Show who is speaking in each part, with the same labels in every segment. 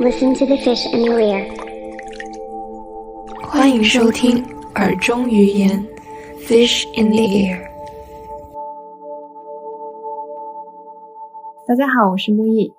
Speaker 1: Listen to the fish in your ear.
Speaker 2: 欢迎收听《耳中鱼言》（Fish in the Ear）。
Speaker 3: 大家好，我是木易，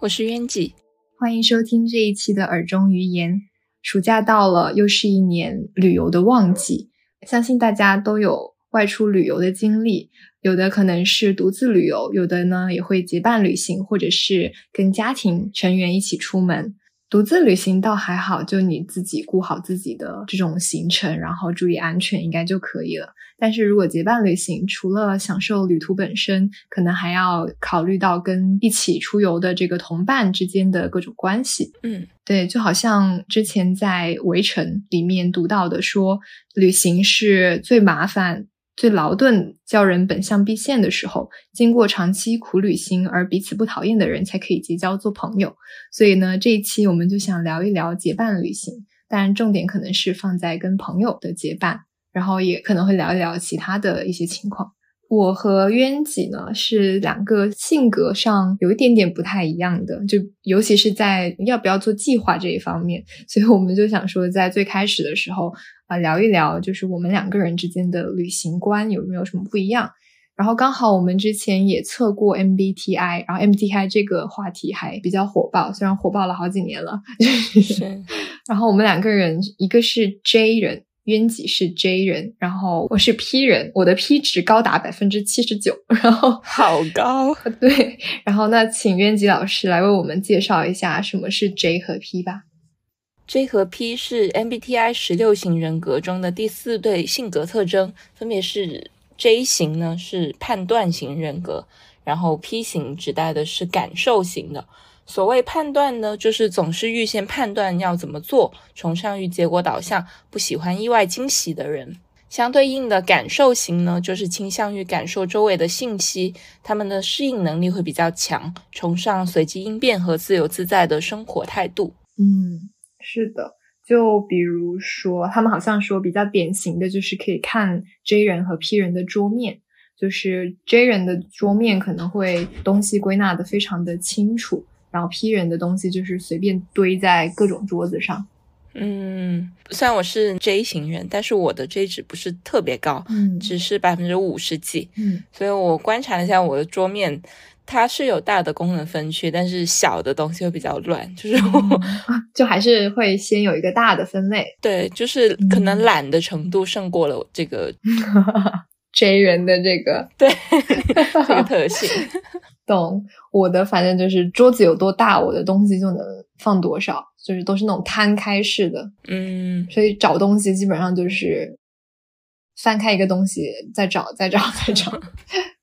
Speaker 2: 我是渊己，
Speaker 3: 欢迎收听这一期的《耳中鱼言》。暑假到了，又是一年旅游的旺季，相信大家都有外出旅游的经历，有的可能是独自旅游，有的呢也会结伴旅行，或者是跟家庭成员一起出门。独自旅行倒还好，就你自己顾好自己的这种行程，然后注意安全，应该就可以了。但是如果结伴旅行，除了享受旅途本身，可能还要考虑到跟一起出游的这个同伴之间的各种关系。
Speaker 2: 嗯，
Speaker 3: 对，就好像之前在《围城》里面读到的说，旅行是最麻烦、最劳顿、叫人本相毕现的时候，经过长期苦旅行而彼此不讨厌的人才可以结交做朋友。所以呢，这一期我们就想聊一聊结伴旅行，当然重点可能是放在跟朋友的结伴，然后也可能会聊一聊其他的一些情况。我和渊己呢是两个性格上有一点点不太一样的，就尤其是在要不要做计划这一方面，所以我们就想说，在最开始的时候啊、聊一聊，就是我们两个人之间的旅行观有没有什么不一样。然后刚好我们之前也测过 MBTI，然后 MBTI 这个话题还比较火爆，虽然火爆了好几年了。
Speaker 2: 是
Speaker 3: 然后我们两个人，一个是 J 人，渊己是 J 人，然后我是 P 人，我的 P 值高达百分之七十九。 然后
Speaker 2: 好高。
Speaker 3: 对，然后那请渊己老师来为我们介绍一下什么是 J 和 P 吧。
Speaker 2: J 和 P 是 MBTI 十六型人格中的第四对性格特征，分别是 J 型呢是判断型人格，然后 P 型指代的是感受型的。所谓判断呢，就是总是预先判断要怎么做，崇尚于结果导向，不喜欢意外惊喜的人。相对应的感受型呢，就是倾向于感受周围的信息，他们的适应能力会比较强，崇尚随机应变和自由自在的生活态度。
Speaker 3: 嗯，是的。就比如说，他们好像说比较典型的就是可以看 J 人和 P 人的桌面，就是 J 人的桌面可能会东西归纳的非常的清楚，然后 P 人的东西就是随便堆在各种桌子上。
Speaker 2: 嗯，虽然我是 J 型人，但是我的 J 值不是特别高，
Speaker 3: 嗯
Speaker 2: 只是百分之五十几，
Speaker 3: 嗯
Speaker 2: 所以我观察了一下我的桌面，它是有大的功能分区，但是小的东西会比较乱，就是我、
Speaker 3: 啊，就还是会先有一个大的分类
Speaker 2: 对，就是可能
Speaker 3: 嗯
Speaker 2: 懒的程度胜过了这个、
Speaker 3: ，J 人的这个
Speaker 2: 对这个特性。
Speaker 3: 懂我的，反正就是桌子有多大，我的东西就能放多少，就是都是那种摊开式的。
Speaker 2: 嗯，
Speaker 3: 所以找东西基本上就是翻开一个东西，再找， 再找，再找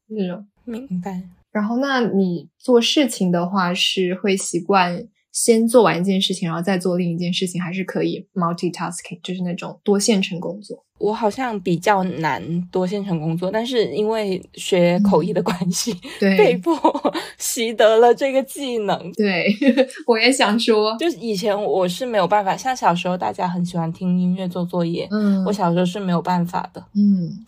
Speaker 3: 这种。
Speaker 2: 明白。
Speaker 3: 然后，那你做事情的话，是会习惯先做完一件事情，然后再做另一件事情，还是可以 multitasking，就是那种多线程工作？
Speaker 2: 我好像比较难多线程工作，但是因为学口译的关系，被
Speaker 3: 嗯对
Speaker 2: 迫 习得了这个技能。
Speaker 3: 对， 我也想说，
Speaker 2: 就是以前我是没有办法，像小时候大家很喜欢听音乐做作业，
Speaker 3: 嗯，
Speaker 2: 我小时候是没有办法的。
Speaker 3: 嗯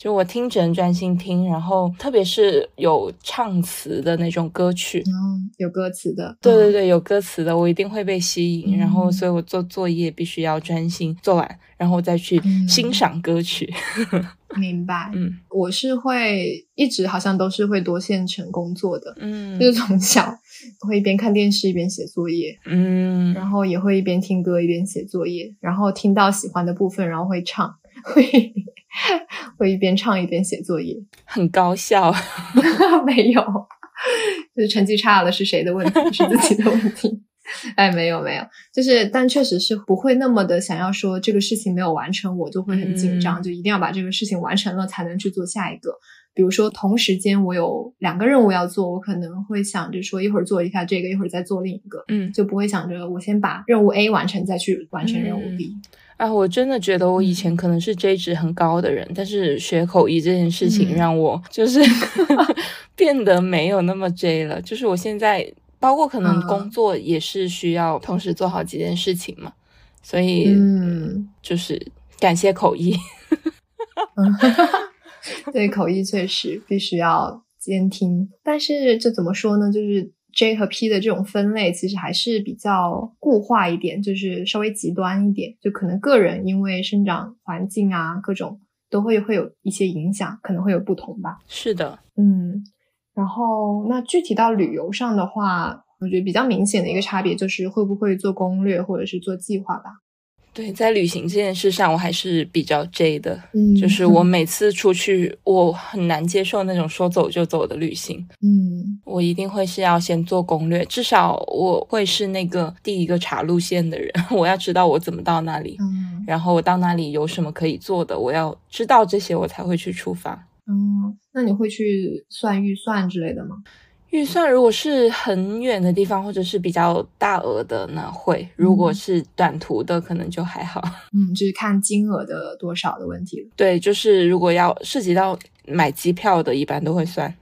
Speaker 2: 就我听只能专心听，然后特别是有唱词的那种歌曲，
Speaker 3: 嗯，有歌词的，
Speaker 2: 对对对，有歌词的，我一定会被吸引。
Speaker 3: 嗯
Speaker 2: 然后，所以我做作业必须要专心做完，然后再去
Speaker 3: 嗯
Speaker 2: 欣赏歌曲。
Speaker 3: 对，明白。
Speaker 2: 嗯
Speaker 3: 我是会一直好像都是会多线程工作的，
Speaker 2: 嗯
Speaker 3: 就是从小会一边看电视一边写作业，
Speaker 2: 嗯，
Speaker 3: 然后也会一边听歌一边写作业，然后听到喜欢的部分，然后会唱， 会会一边唱一边写作业。
Speaker 2: 很高效。
Speaker 3: 没有，就是成绩差了是谁的问题？是自己的问题。 哎，没有没有，就是但确实是不会那么的想要说这个事情没有完成，我就会很紧张，
Speaker 2: 嗯
Speaker 3: 就一定要把这个事情完成了才能去做下一个。比如说，同时间我有两个任务要做，我可能会想着说一会儿做一下这个，一会儿再做另一个。
Speaker 2: 嗯
Speaker 3: 就不会想着我先把任务 A 完成，再去完成任务 B。
Speaker 2: 啊，我真的觉得我以
Speaker 3: 嗯
Speaker 2: 前可能是 J 值很高的人，但是学口译这件事情
Speaker 3: 嗯
Speaker 2: 让我就是、 变得没有那么 J 了。就是我现在，包括可能
Speaker 3: 嗯
Speaker 2: 工作也是需要同时做好几件事情嘛，所以
Speaker 3: 嗯，
Speaker 2: 就是感谢口译。
Speaker 3: 对，口译确实必须要监听，但是这怎么说呢？就是 J 和 P 的这种分类其实还是比较固化一点，就是稍微极端一点，就可能个人因为生长环境啊各种都会会有一些影响，可能会有不同吧。
Speaker 2: 是的，
Speaker 3: 嗯，然后那具体到旅游上的话，我觉得比较明显的一个差别就是会不会做攻略或者是做计划吧。
Speaker 2: 对，在旅行这件事上，我还是比较 J 的，
Speaker 3: 嗯
Speaker 2: 就是我每次出去，我很难接受那种说走就走的旅行，
Speaker 3: 嗯
Speaker 2: 我一定会是要先做攻略，至少我会是那个第一个查路线的人， 我要知道我怎么到那里，
Speaker 3: 嗯
Speaker 2: 然后我到那里有什么可以做的，我要知道这些，我才会去出发。
Speaker 3: 嗯，那你会去算预算之类的吗？
Speaker 2: 预算如果是很远的地方，或者是比较大额的，那会；如果是短途的，可能就还好。
Speaker 3: 嗯，就是看金额的多少的问题了。
Speaker 2: 对，就是如果要涉及到买机票的，一般都会算。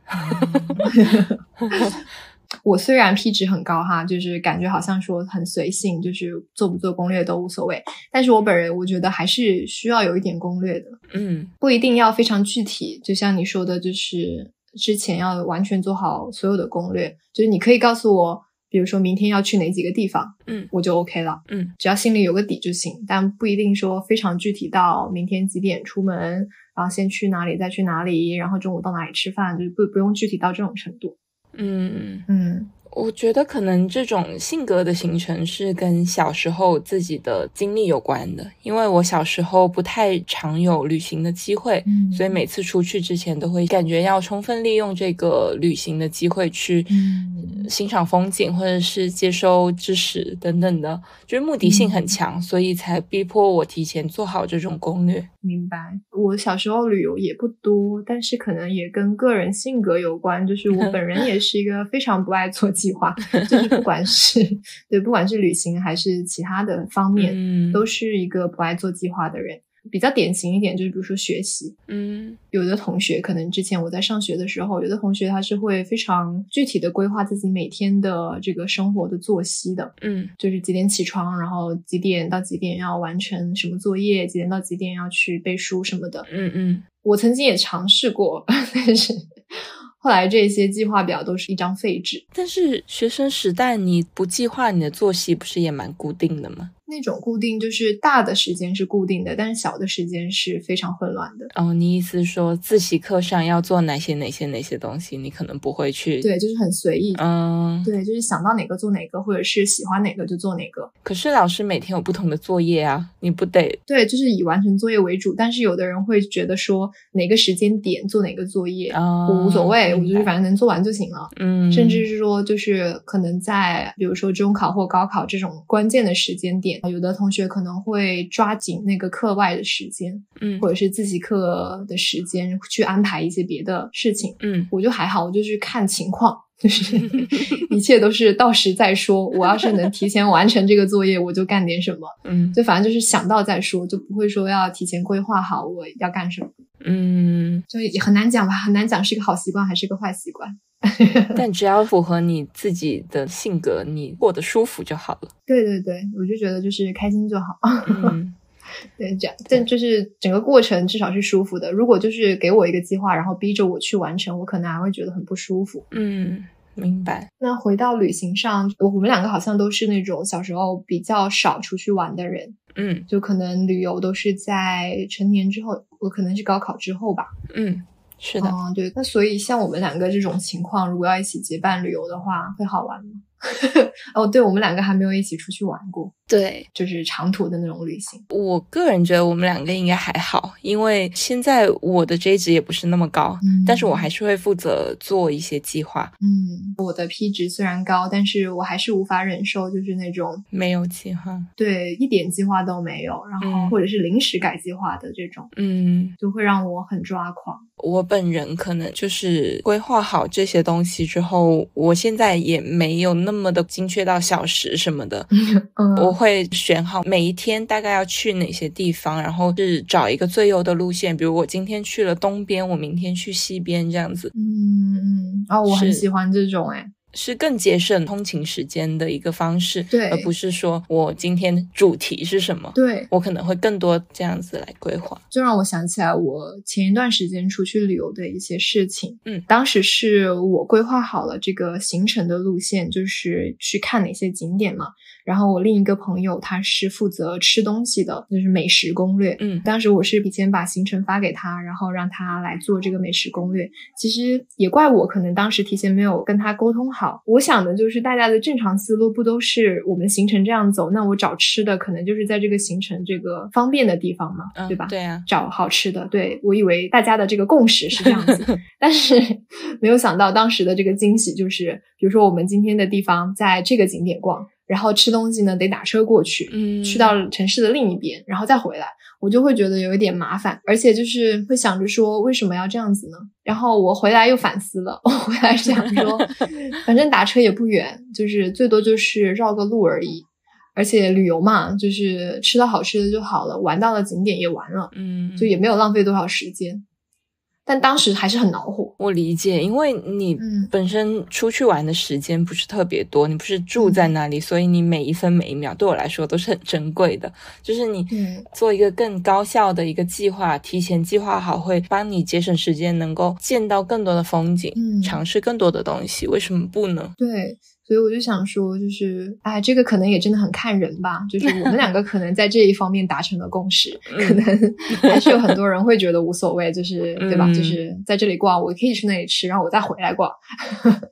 Speaker 3: 我虽然 P 值很高哈，就是感觉好像说很随性，就是做不做攻略都无所谓。但是我本人我觉得还是需要有一点攻略的，
Speaker 2: 嗯，
Speaker 3: 不一定要非常具体。就像你说的，就是之前要完全做好所有的攻略，就是你可以告诉我，比如说明天要去哪几个地方，
Speaker 2: 嗯
Speaker 3: 我就 OK 了，
Speaker 2: 嗯，
Speaker 3: 只要心里有个底就行。但不一定说非常具体到明天几点出门，然后先去哪里，再去哪里，然后中午到哪里吃饭，就是不不用具体到这种程度。
Speaker 2: 嗯，
Speaker 3: 嗯。
Speaker 2: 我觉得可能这种性格的形成是跟小时候自己的经历有关的，因为我小时候不太常有旅行的机会，
Speaker 3: 嗯
Speaker 2: 所以每次出去之前都会感觉要充分利用这个旅行的机会去
Speaker 3: 嗯
Speaker 2: 呃欣赏风景，或者是接收知识等等的，就是目的
Speaker 3: 嗯
Speaker 2: 性很强，所以才逼迫我提前做好这种攻略。
Speaker 3: 明白。我小时候旅游也不多，但是可能也跟个人性格有关。就是我本人也是一个非常不爱做计划，就是不管是对，不管是旅行还是其他的方面，
Speaker 2: 嗯，
Speaker 3: 都是一个不爱做计划的人。比较典型一点就是，比如说学习，
Speaker 2: 嗯
Speaker 3: 有的同学可能之前我在上学的时候，有的同学他是会非常具体的规划自己每天的这个生活的作息的，
Speaker 2: 嗯
Speaker 3: 就是几点起床，然后几点到几点要完成什么作业，几点到几点要去背书什么的。
Speaker 2: 嗯嗯
Speaker 3: 我曾经也尝试过， 但是后来这些计划表都是一张废纸。
Speaker 2: 但是学生时代你不计划你的作息，不是也蛮固定的吗？
Speaker 3: 那种固定就是大的时间是固定的，但是小的时间是非常混乱的。
Speaker 2: 哦，你意思说自习课上要做哪些哪些哪些东西，你可能不会去。，
Speaker 3: 对，就是很随意。
Speaker 2: 嗯，
Speaker 3: 对，就是想到哪个做哪个，或者是喜欢哪个就做哪个。
Speaker 2: 可是老师每天有不同的作业啊，你不得
Speaker 3: 对，就是以完成作业为主。但是有的人会觉得说哪个时间点做哪个作业，
Speaker 2: 啊、
Speaker 3: 我无所谓，我
Speaker 2: 明
Speaker 3: 就是
Speaker 2: 白
Speaker 3: 反正能做完就行了。
Speaker 2: 嗯，
Speaker 3: 甚至是说，就是可能在比如说中考或高考这种关键的时间点，有的同学可能会抓紧那个课外的时间，
Speaker 2: 嗯
Speaker 3: 或者是自习课的时间去安排一些别的事情。
Speaker 2: 嗯
Speaker 3: 我就还好，我就是看情况，就是 一切都是到时再说。我要是能提前完成这个作业，我就干点什么，
Speaker 2: 嗯
Speaker 3: 就反正就是想到再说，就不会说要提前规划好我要干什么，
Speaker 2: 嗯，
Speaker 3: 就也很难讲吧，很难讲是个好习惯还是个坏习惯。
Speaker 2: 但只要符合你自己的性格，你过得舒服就好了。
Speaker 3: 对对对，我就觉得就是开心就好。
Speaker 2: 嗯，
Speaker 3: 对，这样，但就是整个过程至少是舒服的。如果就是给我一个计划，然后逼着我去完成，我可能还会觉得很不舒服。
Speaker 2: 嗯，明白。
Speaker 3: 那回到旅行上，我我们两个好像都是那种小时候比较少出去玩的人，
Speaker 2: 嗯
Speaker 3: 就可能旅游都是在成年之后，我可能是高考之后吧。
Speaker 2: 嗯，是的。
Speaker 3: 嗯，对。那所以像我们两个这种情况，如果要一起结伴旅游的话，会好玩吗？ 哦，对，我们两个还没有一起出去玩过，
Speaker 2: 对，
Speaker 3: 就是长途的那种旅行。
Speaker 2: 我个人觉得我们两个应该还好，因为现在我的 J 值也不是那么高，
Speaker 3: 嗯
Speaker 2: 但是我还是会负责做一些计划，
Speaker 3: 嗯，我的 P 值虽然高，但是我还是无法忍受，就是那种
Speaker 2: 没有计划。
Speaker 3: 对一点计划都没有，然后
Speaker 2: 嗯
Speaker 3: 或者是临时改计划的这种，
Speaker 2: 嗯，
Speaker 3: 就会让我很抓狂。
Speaker 2: 我本人可能就是规划好这些东西之后，我现在也没有那么的精确到小时什么的，
Speaker 3: 嗯，
Speaker 2: 我会选好每一天大概要去哪些地方，然后是找一个最优的路线。比如我今天去了东边，我明天去西边这样子。
Speaker 3: 嗯嗯，哦，我很
Speaker 2: 是
Speaker 3: 喜欢这种哎，
Speaker 2: 是更节省通勤时间的一个方式，
Speaker 3: 对
Speaker 2: 而不是说我今天主题是什么，
Speaker 3: 对，
Speaker 2: 我可能会更多这样子来规划。
Speaker 3: 就让我想起来我前一段时间出去旅游的一些事情。
Speaker 2: 嗯
Speaker 3: 当时是我规划好了这个行程的路线，就是去看哪些景点嘛。然后我另一个朋友他是负责吃东西的，就是美食攻略。
Speaker 2: 嗯
Speaker 3: 当时我是提前把行程发给他，然后让他来做这个美食攻略。其实也怪我，可能当时提前没有跟他沟通好。我想的就是大家的正常思路不都是我们行程这样走，那我找吃的可能就是在这个行程这个方便的地方嘛，
Speaker 2: 嗯，
Speaker 3: 对吧？
Speaker 2: 对啊，
Speaker 3: 找好吃的。对我以为大家的这个共识是这样子，但是没有想到当时的这个惊喜就是，比如说我们今天的地方在这个景点逛，然后吃东西呢得打车过去，
Speaker 2: 嗯，
Speaker 3: 去到城市的另一边，然后再回来，我就会觉得有一点麻烦，而且就是会想着说为什么要这样子呢？然后我回来又反思了，我回来想说，反正打车也不远，就是最多就是绕个路而已。而且旅游嘛，就是吃到好吃的就好了，玩到了景点也玩了，
Speaker 2: 嗯，
Speaker 3: 就也没有浪费多少时间。但当时还是很恼火。
Speaker 2: 我理解，因为你
Speaker 3: 嗯
Speaker 2: 本身出去玩的时间不是特别多，你不是住
Speaker 3: 嗯
Speaker 2: 在那里，所以你每一分每一秒对我来说都是很珍贵的。就是你
Speaker 3: 对
Speaker 2: 做一个更高效的一个计划，提前计划好，会帮你节省时间，能够见到更多的风景，
Speaker 3: 嗯
Speaker 2: 尝试更多的东西，为什么不呢？
Speaker 3: 对，所以我就想说，就是哎，这个可能也真的很看人吧。就是我们两个可能在这一方面达成了共识， 可能还是有很多人会觉得无所谓，就是对吧？
Speaker 2: 嗯
Speaker 3: 就是在这里逛，我可以去那里吃，然后我再回来逛，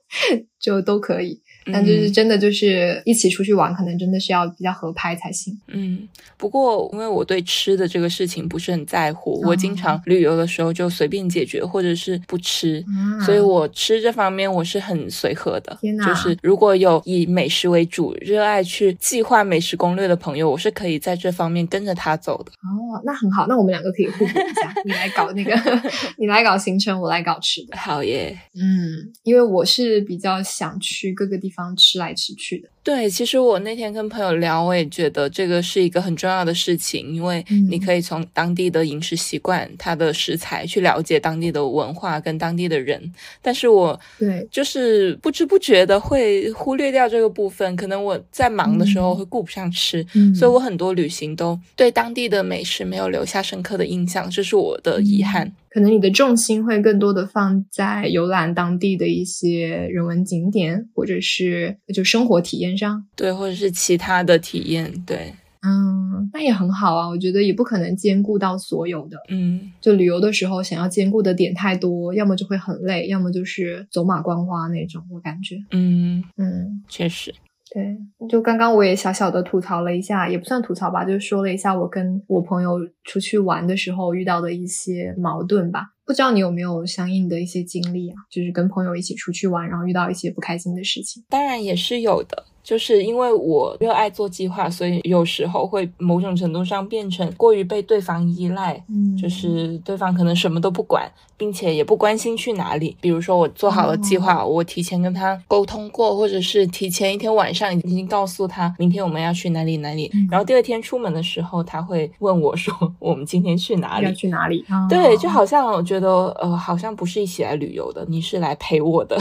Speaker 3: 就都可以。
Speaker 2: 嗯
Speaker 3: 但就是真的就是一起出去玩，可能真的是要比较合拍才行。
Speaker 2: 嗯，不过因为我对吃的这个事情不是很在乎，
Speaker 3: 哦
Speaker 2: 我经常旅游的时候就随便解决，或者是不吃。
Speaker 3: 啊
Speaker 2: 嗯所以我吃这方面我是很随和的，
Speaker 3: 天哪
Speaker 2: 就是如果有以美食为主、热爱去计划美食攻略的朋友，我是可以在这方面跟着他走的。
Speaker 3: 哦，那很好，那我们两个可以互补一下，你来搞那个， 你来搞行程，我来搞吃的。
Speaker 2: 好耶！
Speaker 3: 嗯，因为我是比较想去各个地方吃来吃去的。
Speaker 2: 对，其实我那天跟朋友聊，我也觉得这个是一个很重要的事情，因为
Speaker 3: 嗯
Speaker 2: 你可以从当地的饮食习惯、它的食材去了解当地的文化跟当地的人。但是我
Speaker 3: 对，
Speaker 2: 就是不知不觉的会忽略掉这个部分，可能我在忙的时候会顾不上吃，
Speaker 3: 嗯
Speaker 2: 所以我很多旅行都对当地的美食没有留下深刻的印象，这是我的遗憾。
Speaker 3: 可能你的重心会更多的放在游览当地的一些人文景点，或者是就生活体验上。
Speaker 2: 对，或者是其他的体验，对，
Speaker 3: 嗯，那也很好啊，我觉得也不可能兼顾到所有的。
Speaker 2: 嗯，
Speaker 3: 就旅游的时候，想要兼顾的点太多，要么就会很累，要么就是走马观花那种，我感觉。
Speaker 2: 嗯，
Speaker 3: 嗯，
Speaker 2: 确实，
Speaker 3: 对，就刚刚我也小小的吐槽了一下，也不算吐槽吧，就是说了一下我跟我朋友出去玩的时候遇到的一些矛盾吧。不知道你有没有相应的一些经历啊？就是跟朋友一起出去玩，然后遇到一些不开心的事情。
Speaker 2: 当然也是有的。就是因为我热爱做计划，所以有时候会某种程度上变成过于被对方依赖，
Speaker 3: 嗯
Speaker 2: 就是对方可能什么都不管，并且也不关心去哪里。比如说我做好了计划，我提前跟他沟通过，或者是提前一天晚上已经告诉他明天我们要去哪里哪里。
Speaker 3: 嗯
Speaker 2: 然后第二天出门的时候，他会问我说我们今天去哪
Speaker 3: 要
Speaker 2: 里。
Speaker 3: 去哪里？
Speaker 2: 对，就
Speaker 3: 哦
Speaker 2: 好像我觉得，呃，好像不是一起来旅游的，你是来陪我的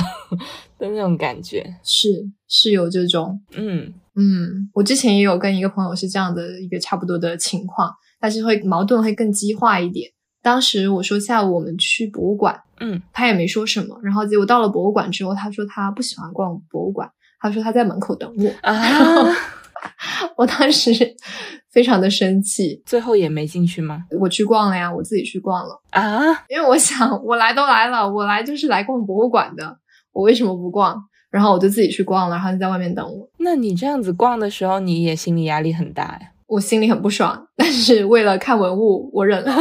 Speaker 2: 的那种感觉。
Speaker 3: 是是有这种。
Speaker 2: 嗯，
Speaker 3: 嗯，我之前也有跟一个朋友是这样的一个差不多的情况，但是会矛盾会更激化一点。当时我说下午我们去博物馆，
Speaker 2: 嗯，
Speaker 3: 他也没说什么。然后结果到了博物馆之后，他说他不喜欢逛博物馆，他说他在门口等我。
Speaker 2: 啊，
Speaker 3: 我当时 非常的生气，
Speaker 2: 最后也没进去吗？
Speaker 3: 我去逛了呀，我自己去逛了，
Speaker 2: 啊，
Speaker 3: 因为我想我来都来了，我来就是来逛博物馆的，我为什么不逛？然后我就自己去逛了，然后就在外面等我。
Speaker 2: 那你这样子逛的时候，你也心理压力很大呀。
Speaker 3: 我心里很不爽，但是为了看文物，我忍了。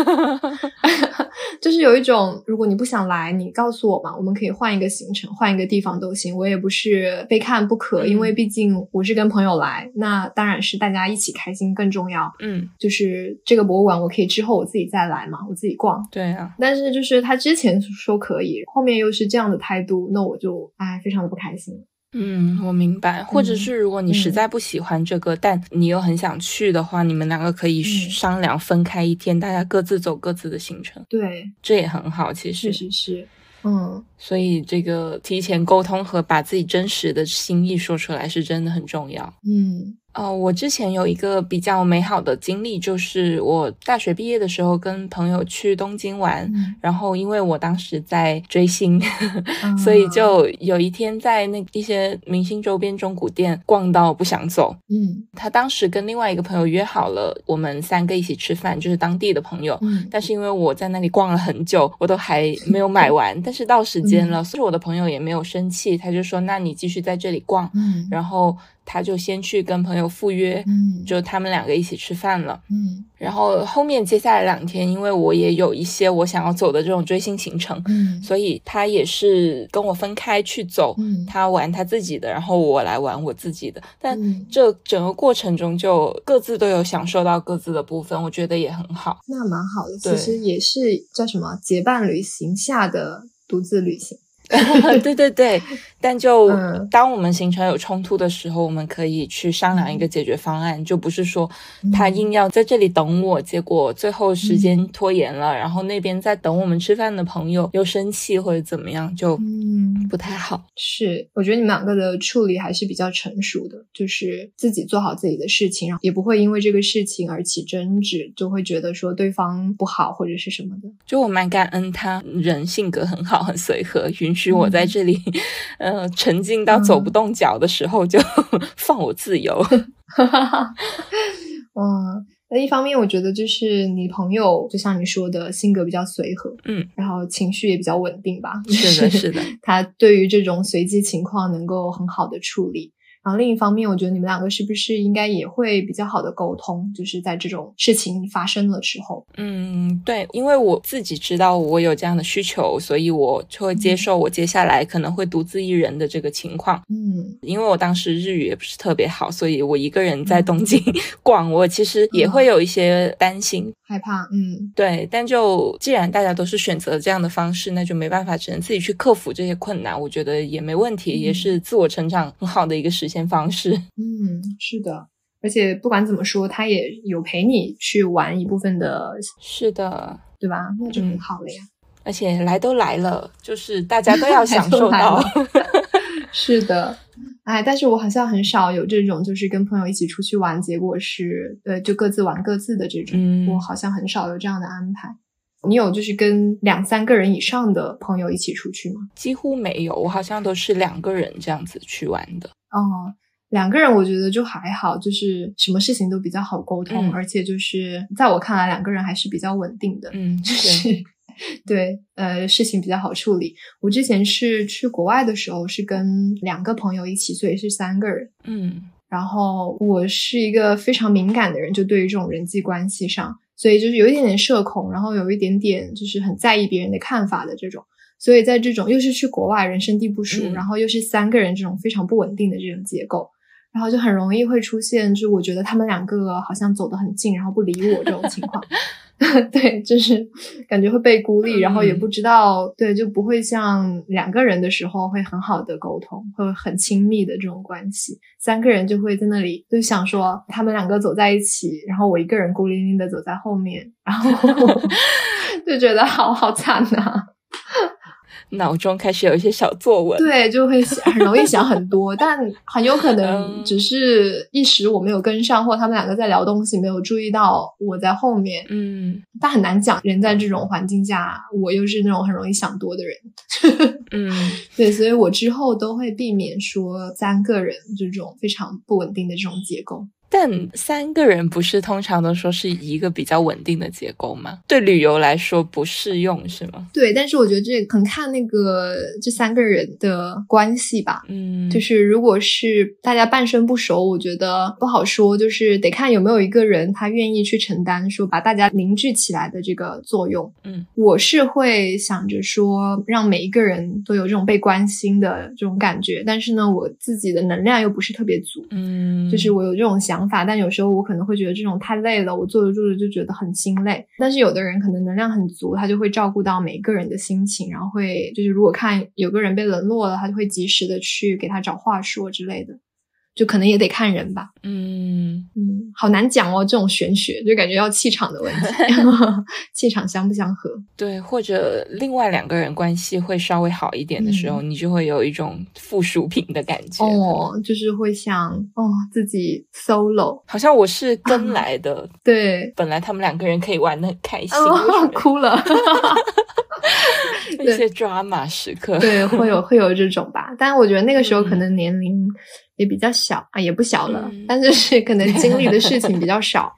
Speaker 3: 就是有一种，如果你不想来，你告诉我嘛，我们可以换一个行程，换一个地方都行。我也不是非看不可，
Speaker 2: 嗯
Speaker 3: 因为毕竟我是跟朋友来，那当然是大家一起开心更重要。
Speaker 2: 嗯，
Speaker 3: 就是这个博物馆，我可以之后我自己再来嘛，我自己逛。
Speaker 2: 对啊，
Speaker 3: 但是就是他之前说可以，后面又是这样的态度，那我就哎非常的不开心。
Speaker 2: 嗯，我明白。或者是如果你
Speaker 3: 嗯
Speaker 2: 实在不喜欢这个，但你又很想去的话，你们两个可以
Speaker 3: 嗯
Speaker 2: 商量分开一天，大家各自走各自的行程，
Speaker 3: 对，
Speaker 2: 这也很好。其
Speaker 3: 确
Speaker 2: 实，
Speaker 3: 实是。嗯，
Speaker 2: 所以这个提前沟通和把自己真实的心意说出来是真的很重要。
Speaker 3: 嗯
Speaker 2: 呃，我之前有一个比较美好的经历，就是我大学毕业的时候跟朋友去东京玩，
Speaker 3: 嗯，
Speaker 2: 然后因为我当时在追星，
Speaker 3: 啊
Speaker 2: 所以就有一天在那一些明星周边中古店逛到不想走。
Speaker 3: 嗯
Speaker 2: 他当时跟另外一个朋友约好了，我们三个一起吃饭，就是当地的朋友。
Speaker 3: 嗯
Speaker 2: 但是因为我在那里逛了很久，我都还没有买完，但是到时间了，所以我的朋友也没有生气，他就说：“那你继续在这里逛。”
Speaker 3: 嗯，
Speaker 2: 然后他就先去跟朋友赴约，
Speaker 3: 嗯
Speaker 2: 就他们两个一起吃饭了。
Speaker 3: 嗯
Speaker 2: 然后后面接下来两天，因为我也有一些我想要走的这种追星行程，
Speaker 3: 嗯，
Speaker 2: 所以他也是跟我分开去走，
Speaker 3: 嗯
Speaker 2: 他玩他自己的，然后我来玩我自己的。但
Speaker 3: 嗯
Speaker 2: 这整个过程中，就各自都有享受到各自的部分，我觉得也很 好。
Speaker 3: 那蛮好的，其
Speaker 2: 对
Speaker 3: 实也是叫什么结伴旅行下的独自旅行。
Speaker 2: 对对对，但就、
Speaker 3: 嗯
Speaker 2: 当我们行程有冲突的时候，我们可以去商量一个解决方案，就不是说他
Speaker 3: 嗯
Speaker 2: 硬要在这里等我，结果最后时间拖延了，然后那边在等我们吃饭的朋友又生气或者怎么样，就
Speaker 3: 嗯，
Speaker 2: 不太好。
Speaker 3: 是，我觉得你们两个的处理还是比较成熟的，就是自己做好自己的事情，然后也不会因为这个事情而起争执，就会觉得说对方不好或者是什么的。
Speaker 2: 就我蛮感恩他人性格很好，很随和，允许我在这里，呃，沉浸到走不动脚的时候就 放我自由。
Speaker 3: 哈哈哈，嗯，那一方面我觉得就是你朋友，就像你说的，性格比较随和，
Speaker 2: 嗯，
Speaker 3: 然后情绪也比较稳定吧。
Speaker 2: 是的， 是的，
Speaker 3: 他对于这种随机情况能够很好的处理。然后另一方面，我觉得你们两个是不是应该也会比较好的沟通，就是在这种事情发生的时候，
Speaker 2: 嗯，对，因为我自己知道我有这样的需求，所以我就会接受我接下来可能会独自一人的这个情况。
Speaker 3: 嗯
Speaker 2: 因为我当时日语也不是特别好，所以我一个人在东京 逛，我其实也会有一些担心。
Speaker 3: 害怕，嗯
Speaker 2: 对，但就既然大家都是选择这样的方式，那就没办法，只能自己去克服这些困难。我觉得也没问题，
Speaker 3: 嗯
Speaker 2: 也是自我成长很好的一个实现方 式。
Speaker 3: 嗯，是的。而且不管怎么说，他也有陪你去玩一部分的，
Speaker 2: 是的，
Speaker 3: 对吧？那就很
Speaker 2: 嗯
Speaker 3: 好了呀。
Speaker 2: 而且来都来了，就是大家都要享受
Speaker 3: 来
Speaker 2: 到
Speaker 3: 了。是的，哎，但是我好像很少有这种，就是跟朋友一起出去玩，结果是呃，就各自玩各自的这种，
Speaker 2: 嗯
Speaker 3: 我好像很少有这样的安排。你有就是跟两三个人以上的朋友一起出去吗？
Speaker 2: 几乎没有，我好像都是两个人这样子去玩的。
Speaker 3: 哦，两个人我觉得就还好，就是什么事情都比较好沟通，
Speaker 2: 嗯
Speaker 3: 而且就是在我看来，两个人还是比较稳定的。
Speaker 2: 嗯，
Speaker 3: 就
Speaker 2: 对，
Speaker 3: 是对，呃，事情比较好处理。我之前是去国外的时候，是跟两个朋友一起，所以是三个人。
Speaker 2: 嗯
Speaker 3: 然后我是一个非常敏感的人，就对于这种人际关系上，所以就是有一点点社恐，然后有一点点就是很在意别人的看法的这种。所以在这种又是去国外人生地不熟，
Speaker 2: 嗯
Speaker 3: 然后又是三个人这种非常不稳定的这种结构，然后就很容易会出现，就我觉得他们两个好像走得很近，然后不理我这种情况。 对，就是感觉会被孤立，然后也
Speaker 2: 嗯
Speaker 3: 不知道，对，就不会像两个人的时候会很好的沟通，会很亲密的这种关系。三个人就会在那里就想说，他们两个走在一起，然后我一个人孤零零的走在后面，然后 就觉得好好惨呐、
Speaker 2: 脑中开始有一些小作文。
Speaker 3: 对，就会想很容易想很多，但很有可能
Speaker 2: 嗯
Speaker 3: 只是一时我没有跟上，或他们两个在聊东西没有注意到我在后面，
Speaker 2: 嗯
Speaker 3: 但很难讲。人在这种环境下，我又是那种很容易想多的人，
Speaker 2: 嗯。
Speaker 3: 对，所以我之后都会避免说三个人这种非常不稳定的这种结构。
Speaker 2: 但三个人不是通常都说是一个比较稳定的结构吗？对旅游来说不适用是吗？
Speaker 3: 对，但是我觉得这很看那个这三个人的关系吧。
Speaker 2: 嗯，
Speaker 3: 就是如果是大家半生不熟，我觉得不好说，就是得看有没有一个人他愿意去承担说把大家凝聚起来的这个作用。
Speaker 2: 嗯，
Speaker 3: 我是会想着说让每一个人都有这种被关心的这种感觉，但是呢，我自己的能量又不是特别足。
Speaker 2: 嗯，
Speaker 3: 就是我有这种想法，但有时候我可能会觉得这种太累了，我做着做着就觉得很心累。但是有的人可能能量很足，他就会照顾到每个人的心情，然后会就是如果看有个人被冷落了，他就会及时的去给他找话说之类的。就可能也得看人吧。
Speaker 2: 嗯，
Speaker 3: 嗯，好难讲哦，这种玄学就感觉要气场的问题，气场相不相合。
Speaker 2: 对，或者另外两个人关系会稍微好一点的时候，你就会有一种附属品的感觉。
Speaker 3: 嗯哦，就是会想哦自己 solo，
Speaker 2: 好像我是跟来的，
Speaker 3: 啊对，
Speaker 2: 本来他们两个人可以玩的很开心，为 什
Speaker 3: 哦
Speaker 2: 么
Speaker 3: 哭了，
Speaker 2: 一些抓马时 刻。
Speaker 3: 对，会有会有这种吧。但我觉得那个时候可
Speaker 2: 嗯
Speaker 3: 能年龄也比较小啊，也不小了，
Speaker 2: 嗯
Speaker 3: 但就是可能经历的事情比较 少，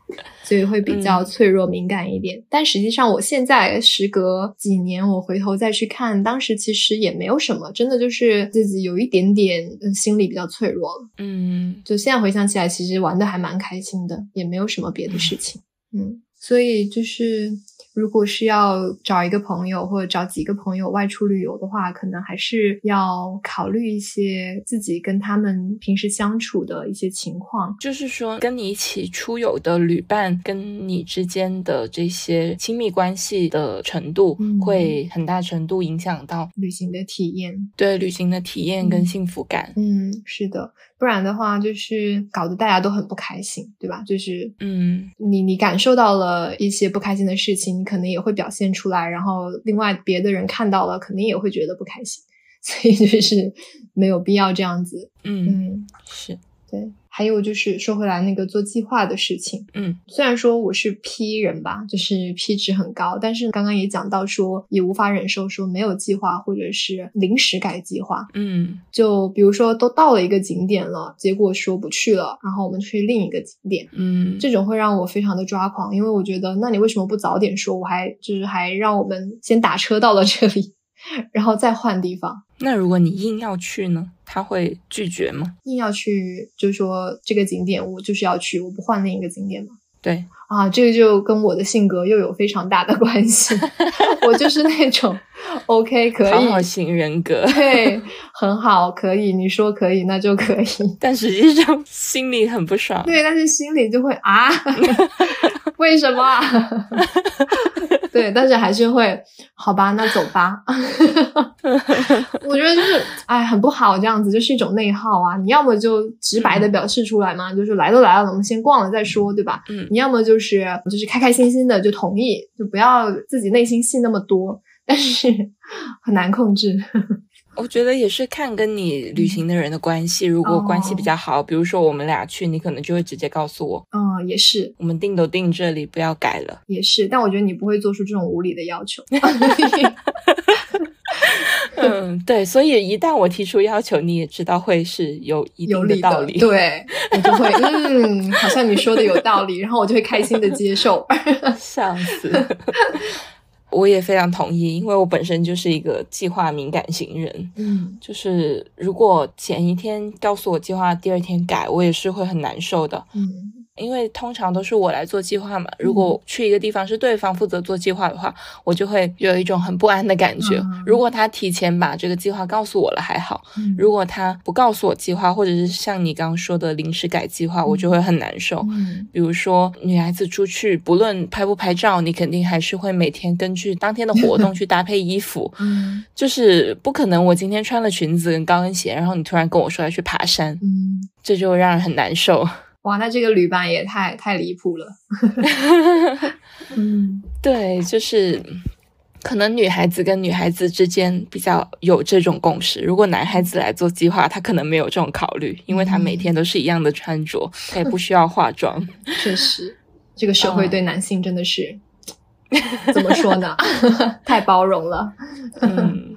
Speaker 3: 所以会比较
Speaker 2: 嗯
Speaker 3: 脆弱敏感一点。但实际上，我现在时隔几年，我回头再去看，当时其实也没有什么，真的就是自己有一点点嗯心理比较脆弱了。
Speaker 2: 嗯，
Speaker 3: 就现在回想起来，其实玩的还蛮开心的，也没有什么别的事情。嗯，所以就是如果是要找一个朋友或者找几个朋友外出旅游的话，可能还是要考虑一些自己跟他们平时相处的一些情况。
Speaker 2: 就是说跟你一起出游的旅伴跟你之间的这些亲密关系的程度，
Speaker 3: 嗯
Speaker 2: 会很大程度影响到
Speaker 3: 旅行的体验，
Speaker 2: 对旅行的体验跟
Speaker 3: 嗯
Speaker 2: 幸福感。
Speaker 3: 嗯，是的，不然的话就是搞得大家都很不开心，对吧？就是
Speaker 2: 嗯
Speaker 3: 你你感受到了一些不开心的事情，你可能也会表现出来，然后另外别的人看到了，肯定也会觉得不开心， 所以就是没有必要这样子。
Speaker 2: 嗯，
Speaker 3: 嗯，
Speaker 2: 是，
Speaker 3: 对。还有就是说回来那个做计划的事情，
Speaker 2: 嗯
Speaker 3: 虽然说我是 P 人吧，就是 P 值很高，但是刚刚也讲到说也无法忍受说没有计划或者是临时改计划，
Speaker 2: 嗯
Speaker 3: 就比如说都到了一个景点了，结果说不去了，然后我们去另一个景点，
Speaker 2: 嗯，
Speaker 3: 这种会让我非常的抓狂，因为我觉得，那你为什么不早点说？我还就是还让我们先打车到了这里， 然后再换地方，
Speaker 2: 那如果你硬要去呢，他会拒绝吗？
Speaker 3: 硬要去，就是说这个景点我就是要去，我不换另一个景点吗？
Speaker 2: 对，
Speaker 3: 啊，这个就跟我的性格又有非常大的 关系。我就是那种 OK 可以，
Speaker 2: 讨好型人格，
Speaker 3: 对，很好，可以，你说可以，那就可以。
Speaker 2: 但实际上心里很不爽。
Speaker 3: 对，但是心里就会啊， 为什么、啊？对，但是还是会，好吧，那走吧。我觉得就是，哎，很不好，这样子就是一种内耗啊。你要么就直白的表示出来嘛，就是来都来了，我们先逛了再说，对吧？
Speaker 2: 嗯
Speaker 3: 你要么就是就是开开心心的就同意，就不要自己内心戏那么多，但是很难控制。
Speaker 2: 我觉得也是看跟你旅行的人的关系，如果关系比较
Speaker 3: 哦
Speaker 2: 好，比如说我们俩去，你可能就会直接告诉我，
Speaker 3: 嗯，也是，
Speaker 2: 我们定都定这里，不要改了。
Speaker 3: 也是，但我觉得你不会做出这种无理的要求。
Speaker 2: 嗯， 对，所以一旦我提出要求，你也知道会是有一
Speaker 3: 有
Speaker 2: 定的道理。
Speaker 3: 对我就会嗯，好像你说的有道理，然后我就会开心的接受。
Speaker 2: 笑死！ 我也非常同意，因为我本身就是一个计划敏感型人，
Speaker 3: 嗯
Speaker 2: 就是如果前一天告诉我计划，第二天改，我也是会很难受的。
Speaker 3: 嗯
Speaker 2: 因为通常都是我来做计划嘛，如果去一个地方是对方负责做计划的话，我就会有一种很不安的感觉
Speaker 3: 嗯。
Speaker 2: 如果他提前把这个计划告诉我了还好，
Speaker 3: 嗯
Speaker 2: 如果他不告诉我计划，或者是像你刚刚说的临时改计划，我就会很难受。
Speaker 3: 嗯
Speaker 2: 比如说，女孩子出去，不论拍不拍照，你肯定还是会每天根据当天的活动去搭配衣服。
Speaker 3: 嗯
Speaker 2: 就是不可能，我今天穿了裙子跟高跟鞋，然后你突然跟我说要去爬山，
Speaker 3: 嗯，
Speaker 2: 这就让人很难受。
Speaker 3: 哇，那这个旅伴也太太离谱了。 嗯
Speaker 2: 对，就是可能女孩子跟女孩子之间比较有这种共识。如果男孩子来做计划，他可能没有这种考虑，因为他每天都是一样的穿着，他也不需要化妆。
Speaker 3: 确实，这个社会
Speaker 2: 嗯
Speaker 3: 对男性真的是、怎么说呢？ 太包容了。
Speaker 2: 嗯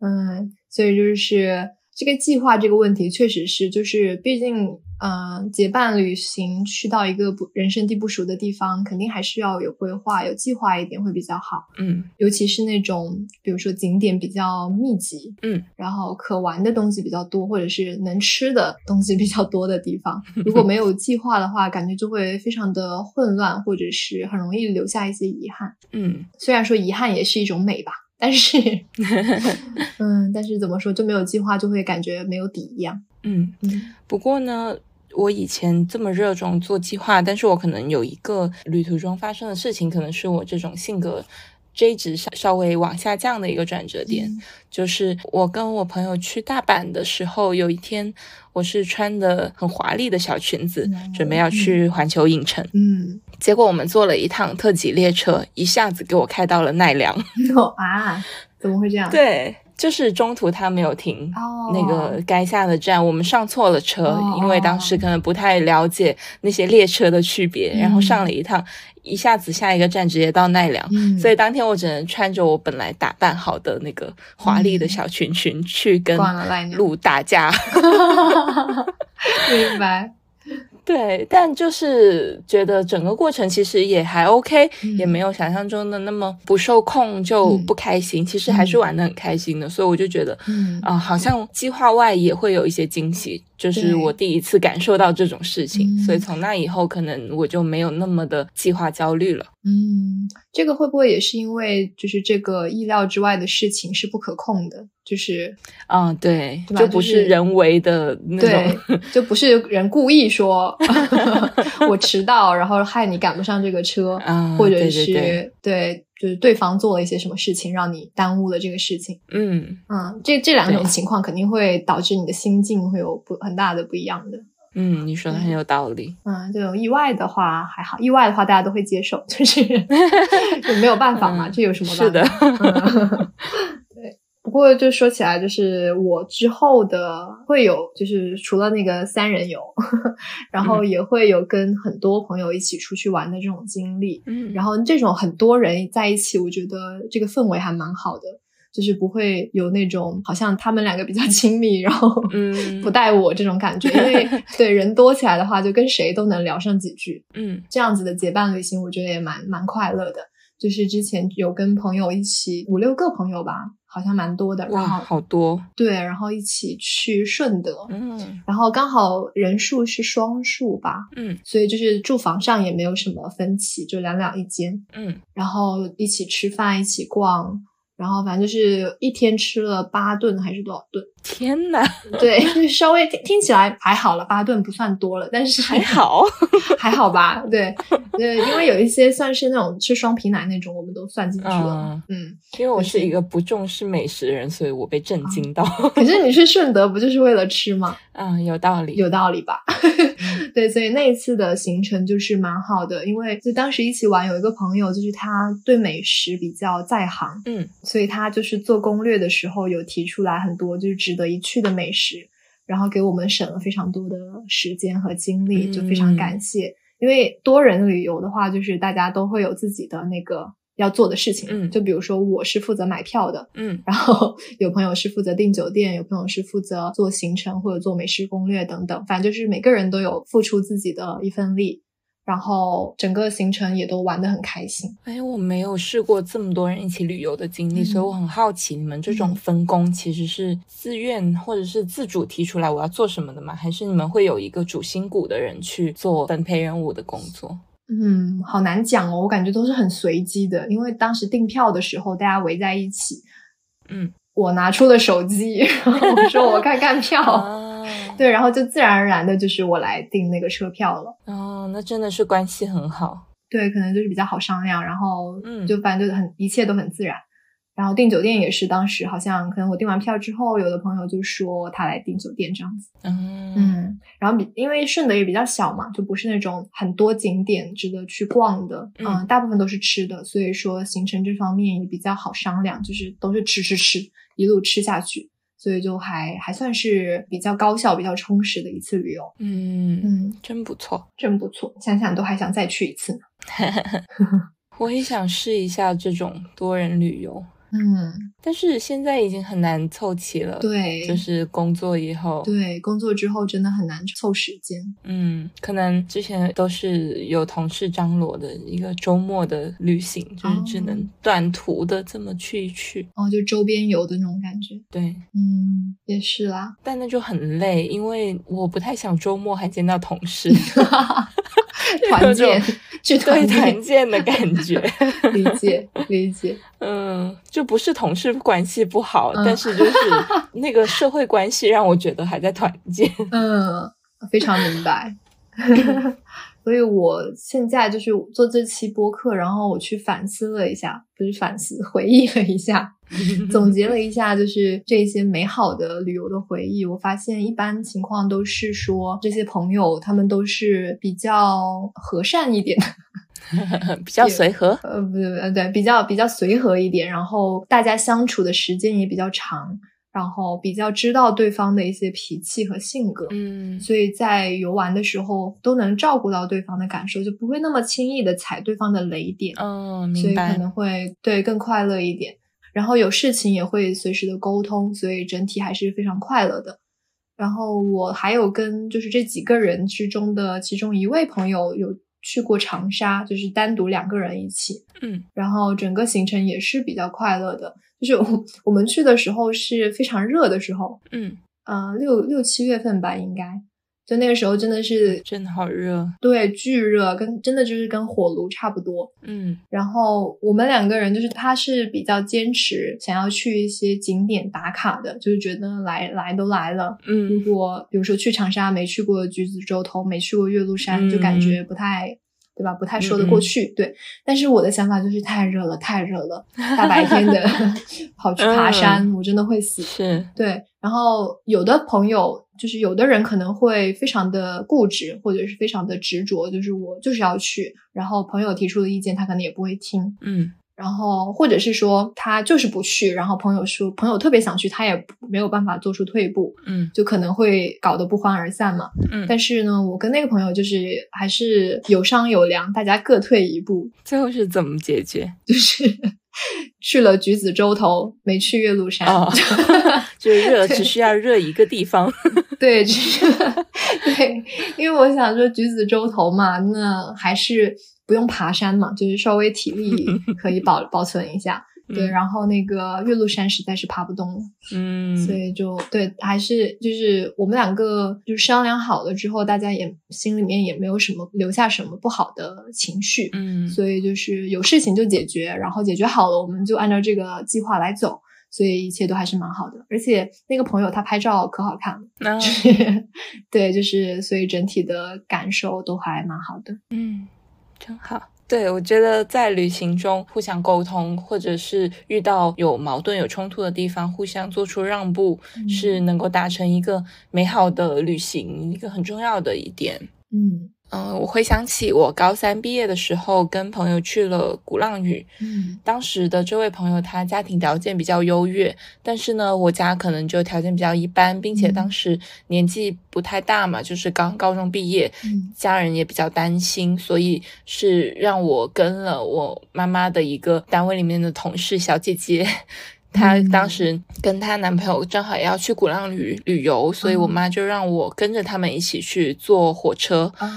Speaker 3: 嗯，所以就是这个计划这个问题，确实是，就是毕竟，呃，结伴旅行去到一个不人生地不熟的地方，肯定还是要有规划、有计划一点会比较好。
Speaker 2: 嗯
Speaker 3: 尤其是那种，比如说景点比较密集，
Speaker 2: 嗯，
Speaker 3: 然后可玩的东西比较多，或者是能吃的东西比较多的地方，如果没有计划的话，感觉就会非常的混乱，或者是很容易留下一些遗憾。
Speaker 2: 嗯，
Speaker 3: 虽然说遗憾也是一种美吧，但是，嗯，但是怎么说就没有计划，就会感觉没有底一样。
Speaker 2: 嗯，
Speaker 3: 嗯
Speaker 2: 不过呢，我以前这么热衷做计划，但是我可能有一个旅途中发生的事情，可能是我这种性格 J 值稍稍微往下降的一个转折点。
Speaker 3: 嗯
Speaker 2: 就是我跟我朋友去大阪的时候，有一天我是穿的很华丽的小裙子，
Speaker 3: 哦
Speaker 2: 准备要去环球影城，
Speaker 3: 嗯，
Speaker 2: 结果我们坐了一趟特急列车，一下子给我开到了奈良。
Speaker 3: 哦啊，怎么会这样？，
Speaker 2: 对， 就是中途他没有停。
Speaker 3: 哦，
Speaker 2: 那个该下的站，我们上错了车，
Speaker 3: 哦
Speaker 2: 因为当时可能不太了解那些列车的区别，
Speaker 3: 嗯
Speaker 2: 然后上了一趟，一下子下一个站直接到奈良，
Speaker 3: 嗯，
Speaker 2: 所以当天我只能穿着我本来打扮好的那个华丽的小裙裙去跟
Speaker 3: 嗯逛了外面
Speaker 2: 路打架。
Speaker 3: 明白，
Speaker 2: 对，但就是觉得整个过程其实也还 OK，、
Speaker 3: 嗯
Speaker 2: 也没有想象中的那么不受控就
Speaker 3: 嗯
Speaker 2: 不开心，其实还是玩的很开心的。所以我就觉得，
Speaker 3: 嗯
Speaker 2: 啊、好像计划外也会有一些惊喜，就是
Speaker 3: 对
Speaker 2: 我第一次感受到这种事情，
Speaker 3: 嗯
Speaker 2: 所以从那以后可能我就没有那么的计划焦虑了。
Speaker 3: 嗯，这个会不会也是因为就是这个意料之外的事情是不可控的，就是
Speaker 2: 嗯，对，
Speaker 3: 对吧
Speaker 2: 就不
Speaker 3: 就是
Speaker 2: 是人为的那种。
Speaker 3: 对，就不是人故意说 我迟到，然后害你赶不上这个车，
Speaker 2: 啊
Speaker 3: 或者
Speaker 2: 对
Speaker 3: 是
Speaker 2: 对对
Speaker 3: 对就是对方做了一些什么事情让你耽误了这个事情。
Speaker 2: 嗯
Speaker 3: 嗯，这这两种
Speaker 2: 对
Speaker 3: 情况肯定会导致你的心境会有不很大的不一样的。
Speaker 2: 嗯，你说的很有道理。
Speaker 3: 嗯，这种意外的话还好，意外的话大家都会接受， 就是就没有办法嘛，
Speaker 2: 嗯
Speaker 3: 这有什么
Speaker 2: 是
Speaker 3: 办
Speaker 2: 的
Speaker 3: 法？，嗯对。不过就说起来，就是我之后的会有，就是除了那个三人游， 然后
Speaker 2: 嗯
Speaker 3: 也会有跟很多朋友一起出去玩的这种经历。
Speaker 2: 嗯
Speaker 3: 然后这种很多人在一起，我觉得这个氛围还蛮好的，就是不会有那种好像他们两个比较 亲密，然后
Speaker 2: 嗯
Speaker 3: 不带我这种感觉，因 为对人多起来的话，就跟谁都能聊上几句。
Speaker 2: 嗯
Speaker 3: 这样子的结伴旅行，我觉得也蛮蛮快乐的。就是之前有跟朋友一起五六个朋友吧，好像蛮多的，
Speaker 2: 哇，
Speaker 3: 然后
Speaker 2: 好多
Speaker 3: 对，然后一起去顺德，
Speaker 2: 嗯
Speaker 3: 然后刚好人数是双数吧，
Speaker 2: 嗯
Speaker 3: 所以就是住房上也没有什么分歧，就两两一间，
Speaker 2: 嗯
Speaker 3: 然后一起吃饭，一起逛。然后反正就是一天吃了八顿还是多少顿，
Speaker 2: 天哪，
Speaker 3: 对，就是稍微听听起来还好了，八顿不算多了，但是
Speaker 2: 还好，
Speaker 3: 还好吧？对，对，因为有一些算是那种吃双皮奶那种，我们都算进去了。嗯，
Speaker 2: 因为我是一个不重视美食人，所以我被
Speaker 3: 啊
Speaker 2: 震惊到。
Speaker 3: 嗯可是你去顺德不就是为了吃吗？
Speaker 2: 嗯，有道理。嗯
Speaker 3: 有道理吧？ 对，所以那一次的行程就是蛮好的，因为就当时一起玩有一个朋友，就是他对美食比较在行，
Speaker 2: 嗯
Speaker 3: 所以他就是做攻略的时候有提出来很多就是值得一去的美食，然后给我们省了非常多的时间和精力，就非常
Speaker 2: 嗯
Speaker 3: 感谢。因为多人旅游的话，就是大家都会有自己的那个要做的事情，
Speaker 2: 嗯
Speaker 3: 就比如说我是负责买票的，
Speaker 2: 嗯
Speaker 3: 然后 有朋友是负责订酒店，有朋友是负责做行程或者做美食攻略等等，反正就是每个人都有付出自己的一份力，然后整个行程也都玩得很开心。
Speaker 2: 哎，我没有试过这么多人一起旅游的经历，
Speaker 3: 嗯
Speaker 2: 所以我很好奇，你们这
Speaker 3: 嗯
Speaker 2: 种分工其实是自愿或者是自主提出来我要做什么的吗？还是你们会有一个主心骨的人去做分配任务的工作？
Speaker 3: 嗯，好难讲哦，我感觉都是很随机的，因为当时订票的时候大家围在一起，
Speaker 2: 嗯，
Speaker 3: 我拿出了手机， 然后我说我看看票，
Speaker 2: 啊，
Speaker 3: 对，然后就自然而然的就是我来订那个车票了。
Speaker 2: 哦，那真的是关系很好。
Speaker 3: 对，可能就是比较好商量，然后
Speaker 2: 嗯
Speaker 3: 就反正就很一切都很自然。然后订酒店也是，当时好像可能我订完票之后，有的朋友就说他来订酒店这样子。
Speaker 2: 嗯
Speaker 3: 嗯，然后比因为顺德也比较小嘛，就不是那种很多景点值得去逛的，
Speaker 2: 嗯
Speaker 3: 大部分都是吃的，所以说行程这方面也比较好商量，就是都是吃吃吃，一路吃下去，所以就还还算是比较高效、比较充实的一次旅游。
Speaker 2: 嗯，
Speaker 3: 嗯，
Speaker 2: 真不错。
Speaker 3: 真不错，想想都还想再去一次呢。
Speaker 2: 我也想试一下这种多人旅游，
Speaker 3: 嗯，
Speaker 2: 但是现在已经很难凑齐了。，
Speaker 3: 对，
Speaker 2: 就是工作以后，
Speaker 3: 对，工作之后真的很难凑时间。
Speaker 2: 嗯，可能之前都是有同事张罗的一个周末的旅行，就是只能短途的这么去一去。
Speaker 3: 哦，就周边游的那种感觉。
Speaker 2: 对，
Speaker 3: 嗯，也是啦。
Speaker 2: 但那就很累，因为我不太想周末还见到同事，
Speaker 3: 团建
Speaker 2: 有 种，
Speaker 3: 去
Speaker 2: 对
Speaker 3: 团
Speaker 2: 团
Speaker 3: 建，
Speaker 2: 建的感觉。
Speaker 3: 理解理解。
Speaker 2: 嗯，就不是同事关系不好，
Speaker 3: 嗯
Speaker 2: 但是 就是那个社会关 系让我觉得还在团建。
Speaker 3: 嗯，非常明白。 所以我现在就是做这期播客，然后我去反思了一下，不是反思，回忆了一下，总结了一下，就是这些美好的旅游的回忆。我发现一般情况都是说，这些朋友他们都是比较和善一点的。
Speaker 2: 比较随和，
Speaker 3: 呃，不，呃，对，比较比较随和一点，然后大家相处的时间也比较长，然后比较知道对方的一些脾气和性格，
Speaker 2: 嗯
Speaker 3: 所以在游玩的时候都能照顾到对方的感受，就不会那么轻易的踩对方的雷点，
Speaker 2: 嗯，
Speaker 3: 所
Speaker 2: 明
Speaker 3: 以可
Speaker 2: 白，
Speaker 3: 能会对更快乐一点。然后有事情也会随时的沟通，所以整体还是非常快乐的。然后我还有跟就是这几个人之中的其中一位朋友有去过长沙，就是单独两个人一起，
Speaker 2: 嗯
Speaker 3: 然后整个行程也是比较快乐的。就是我我们去的时候是非常热的时候，
Speaker 2: 嗯，
Speaker 3: 嗯、六六七月份吧，应该就那个时候真的是
Speaker 2: 真的好热，
Speaker 3: 对巨热，跟真的就是跟火炉差不多。
Speaker 2: 嗯
Speaker 3: 然后我们两个人就是他是比较坚持想要去一些景点打卡的，就是觉得来来都来了。如
Speaker 2: 嗯
Speaker 3: 果比如说去长沙没去过橘子洲头，没去过岳麓山，
Speaker 2: 嗯
Speaker 3: 就感觉不太对吧？不太说得过去。对，但是我的想法就是太热了，太热了，大白天的 跑去爬山，我真的会死。
Speaker 2: 是，
Speaker 3: 对，然后有的朋友就是有的人可能会非常的固执，或者是非常的执着，就是我就是要去，然后朋友提出的意见他可能也不会听，
Speaker 2: 嗯
Speaker 3: 然后或者是说他就是不去，然后朋友说朋友特别想去，他也不没有办法做出退步，
Speaker 2: 嗯
Speaker 3: 就可能会搞得不欢而散嘛。
Speaker 2: 嗯，
Speaker 3: 但是呢，我跟那个朋友就是还是有商有量，大家各退一步，
Speaker 2: 最后是怎么解决？
Speaker 3: 就是去了橘子洲头，没去岳麓山。
Speaker 2: 哦 就是热，
Speaker 3: 对
Speaker 2: 只需要热一个地 方，
Speaker 3: 对，就是 对，因为我想说橘子洲头嘛，那还是不用爬山嘛，就是稍微体 力可以保保存一下。对，
Speaker 2: 嗯
Speaker 3: 然后那个岳麓山实在是爬不动了，所
Speaker 2: 嗯
Speaker 3: 以就对，还是就是我们两个就是商量好了之后，大家也心里面也没有什么留下什么不好的情绪，
Speaker 2: 嗯
Speaker 3: 所以就是有事情就解决，然后解决好了，我们就按照这个计划来走，所以一切都还是蛮好的。而且那个朋友他拍照可好看了。
Speaker 2: 那
Speaker 3: 对，就是所以整体的感受都还蛮好的。
Speaker 2: 嗯，真好。对，我觉得在旅行中互相沟通，或者是遇到有矛盾、有冲突的地方，互相做出让步，
Speaker 3: 嗯
Speaker 2: 是能够达成一个美好的旅行一个很重要的一点。
Speaker 3: 嗯
Speaker 2: 嗯，我回想起我高三毕业的时候，跟朋友去了鼓浪屿，
Speaker 3: 嗯
Speaker 2: 当时的这位朋友，他家庭条件比较优越，但是呢，我家可能就条件比较一般，并且
Speaker 3: 嗯
Speaker 2: 当时年纪不太大嘛，就是刚高中毕业，
Speaker 3: 嗯
Speaker 2: 家人也比较担心，所以是让我跟了我妈妈的一个单位里面的同事小姐姐。她
Speaker 3: 嗯
Speaker 2: 当时跟她男朋友正好也要去鼓浪屿旅游，所以我
Speaker 3: 嗯
Speaker 2: 妈就让我跟着他们一起去坐火车
Speaker 3: 哦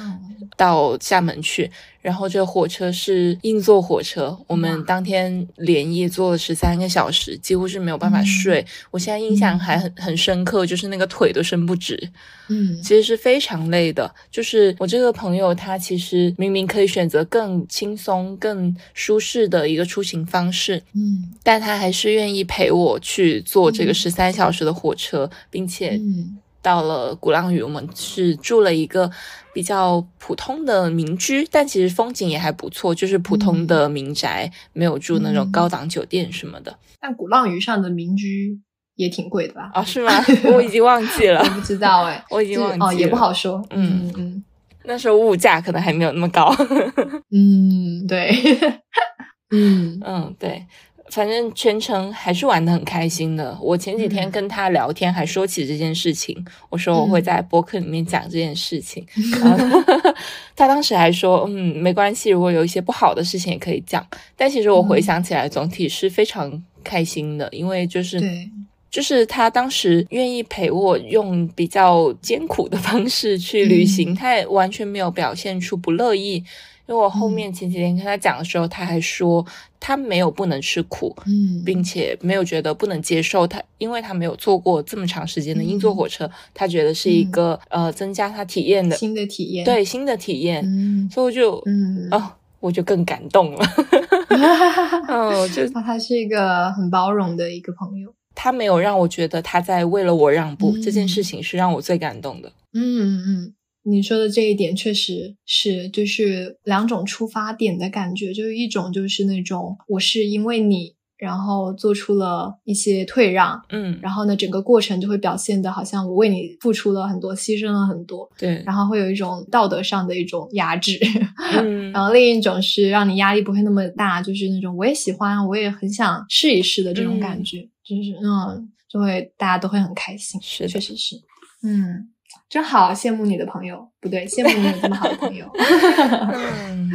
Speaker 2: 到厦门去。然后这火车是硬座火车，我们
Speaker 3: 哇
Speaker 2: 当天连夜坐了十三个小时，几乎是没有办法
Speaker 3: 嗯
Speaker 2: 睡。我现在印象
Speaker 3: 嗯
Speaker 2: 还很很深刻，就是那个腿都伸不直。
Speaker 3: 嗯
Speaker 2: 其实是非常累的。就是我这个朋友，他其实明明可以选择更轻松、更舒适的一个出行方式，
Speaker 3: 嗯
Speaker 2: 但他还是愿意陪我去坐这个
Speaker 3: 嗯
Speaker 2: 十三小时的火车，并且
Speaker 3: 嗯
Speaker 2: 到了鼓浪屿，我们是住了一个比较普通的民居，但其实风景也还不错，就是普通
Speaker 3: 嗯
Speaker 2: 的民宅，没有住那种
Speaker 3: 嗯
Speaker 2: 高档酒店什么 的。
Speaker 3: 但鼓浪屿上的民居也挺贵的吧？
Speaker 2: 啊，是吗？我已经忘记了
Speaker 3: 我， 不知道哎、
Speaker 2: 我已
Speaker 3: 就
Speaker 2: 经忘记
Speaker 3: 是
Speaker 2: 了。
Speaker 3: 哦，也不。好说。
Speaker 2: 嗯
Speaker 3: 嗯
Speaker 2: 那时候物价可能还没有那么高。
Speaker 3: 嗯，对，嗯
Speaker 2: 嗯，对，反正全程还是玩的很开心的。我前几天
Speaker 3: 嗯
Speaker 2: 跟他聊天，还说起这件事情，我说我会
Speaker 3: 嗯
Speaker 2: 在博客里面讲这件事 情。然后他当时还说，嗯，没关系，如果有一些不好的事情也可以讲。但其实我回
Speaker 3: 嗯
Speaker 2: 想起来，总体是非常开心的，因为就是
Speaker 3: 嗯对，
Speaker 2: 就是他当时愿意陪我用比较艰苦的方式去旅行，
Speaker 3: 嗯
Speaker 2: 他也完全没有表现出不乐意。因为我
Speaker 3: 嗯
Speaker 2: 后面前几天跟他讲的时候，他还说他没有不能吃苦，
Speaker 3: 嗯
Speaker 2: 并且没有觉得不能接受他，因为他没有坐过这么长时间的硬座
Speaker 3: 嗯
Speaker 2: 火车，他觉得是一个、呃增加他体验的
Speaker 3: 新的体验。，
Speaker 2: 对新的体验，
Speaker 3: 嗯
Speaker 2: 所以我就、
Speaker 3: 嗯，
Speaker 2: 哦我就更感动了，嗯，我就
Speaker 3: 他是一个很包容的一个朋友。
Speaker 2: 他没有让我觉得他在为了我让步，这件
Speaker 3: 嗯
Speaker 2: 事情是让我最感动的。
Speaker 3: 嗯嗯，你说的这一点确实是，就是两种出发点的感觉，就是一种就是那种我是因为你，然后做出了一些退让，
Speaker 2: 嗯，
Speaker 3: 然后呢，整个过程就会表现的好像我为你付出了很多，牺牲了很多，
Speaker 2: 对，
Speaker 3: 然后会有一种道德上的一种压制。
Speaker 2: 嗯
Speaker 3: 然后另一种是让你压力不会那么大，就是那种我也喜欢，我也很想试一试的这种感觉，就是嗯，就会大家都会很开心，
Speaker 2: 是的
Speaker 3: 确实是，嗯，真好，羡慕你的朋友，不对，羡慕你有这么好的朋友。
Speaker 2: 嗯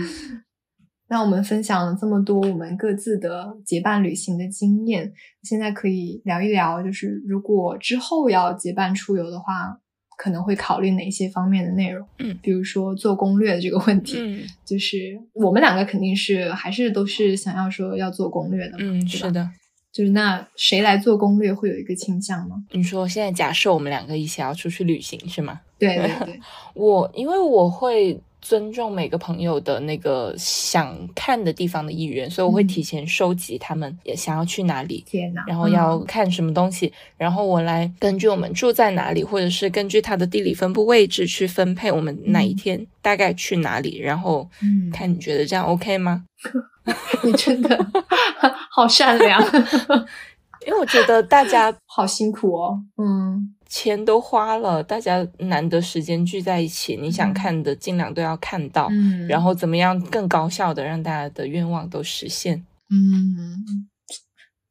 Speaker 3: 那我们分享了这么多我们各自的结伴旅行的经验，现在可以聊一聊，就是如果之后要结伴出游的话，可能会考虑哪些方面的内容？
Speaker 2: 嗯
Speaker 3: 比如说做攻略的这个问题，
Speaker 2: 嗯
Speaker 3: 就是我们两个肯定是还是都是想要说要做攻略的嘛，
Speaker 2: 嗯，
Speaker 3: 对吧
Speaker 2: 是的。
Speaker 3: 就是那谁来做攻略会有一个倾向吗？
Speaker 2: 你说现在假设我们两个一起要出去旅行是吗？
Speaker 3: 对对对，
Speaker 2: 我因为我会尊重每个朋友的那个想看的地方的意愿，所以我会
Speaker 3: 嗯
Speaker 2: 提前收集他们也想要去哪里，
Speaker 3: 天哪！
Speaker 2: 然后要
Speaker 3: 嗯
Speaker 2: 看什么东西，然后我来根据我们住在哪里，或者是根据它的地理分布位置去分配我们哪一
Speaker 3: 嗯
Speaker 2: 天、大概去哪里，然后
Speaker 3: 嗯
Speaker 2: 看你觉得这样 OK 吗？
Speaker 3: 你嗯 真的好善良，
Speaker 2: 因为我觉得大家
Speaker 3: 好辛苦哦。嗯
Speaker 2: 钱都花了，大家难得时间聚在一起，你想
Speaker 3: 嗯
Speaker 2: 看的尽量都要看到，
Speaker 3: 嗯，
Speaker 2: 然后怎么样更高效的让大家的愿望都实现。
Speaker 3: 嗯，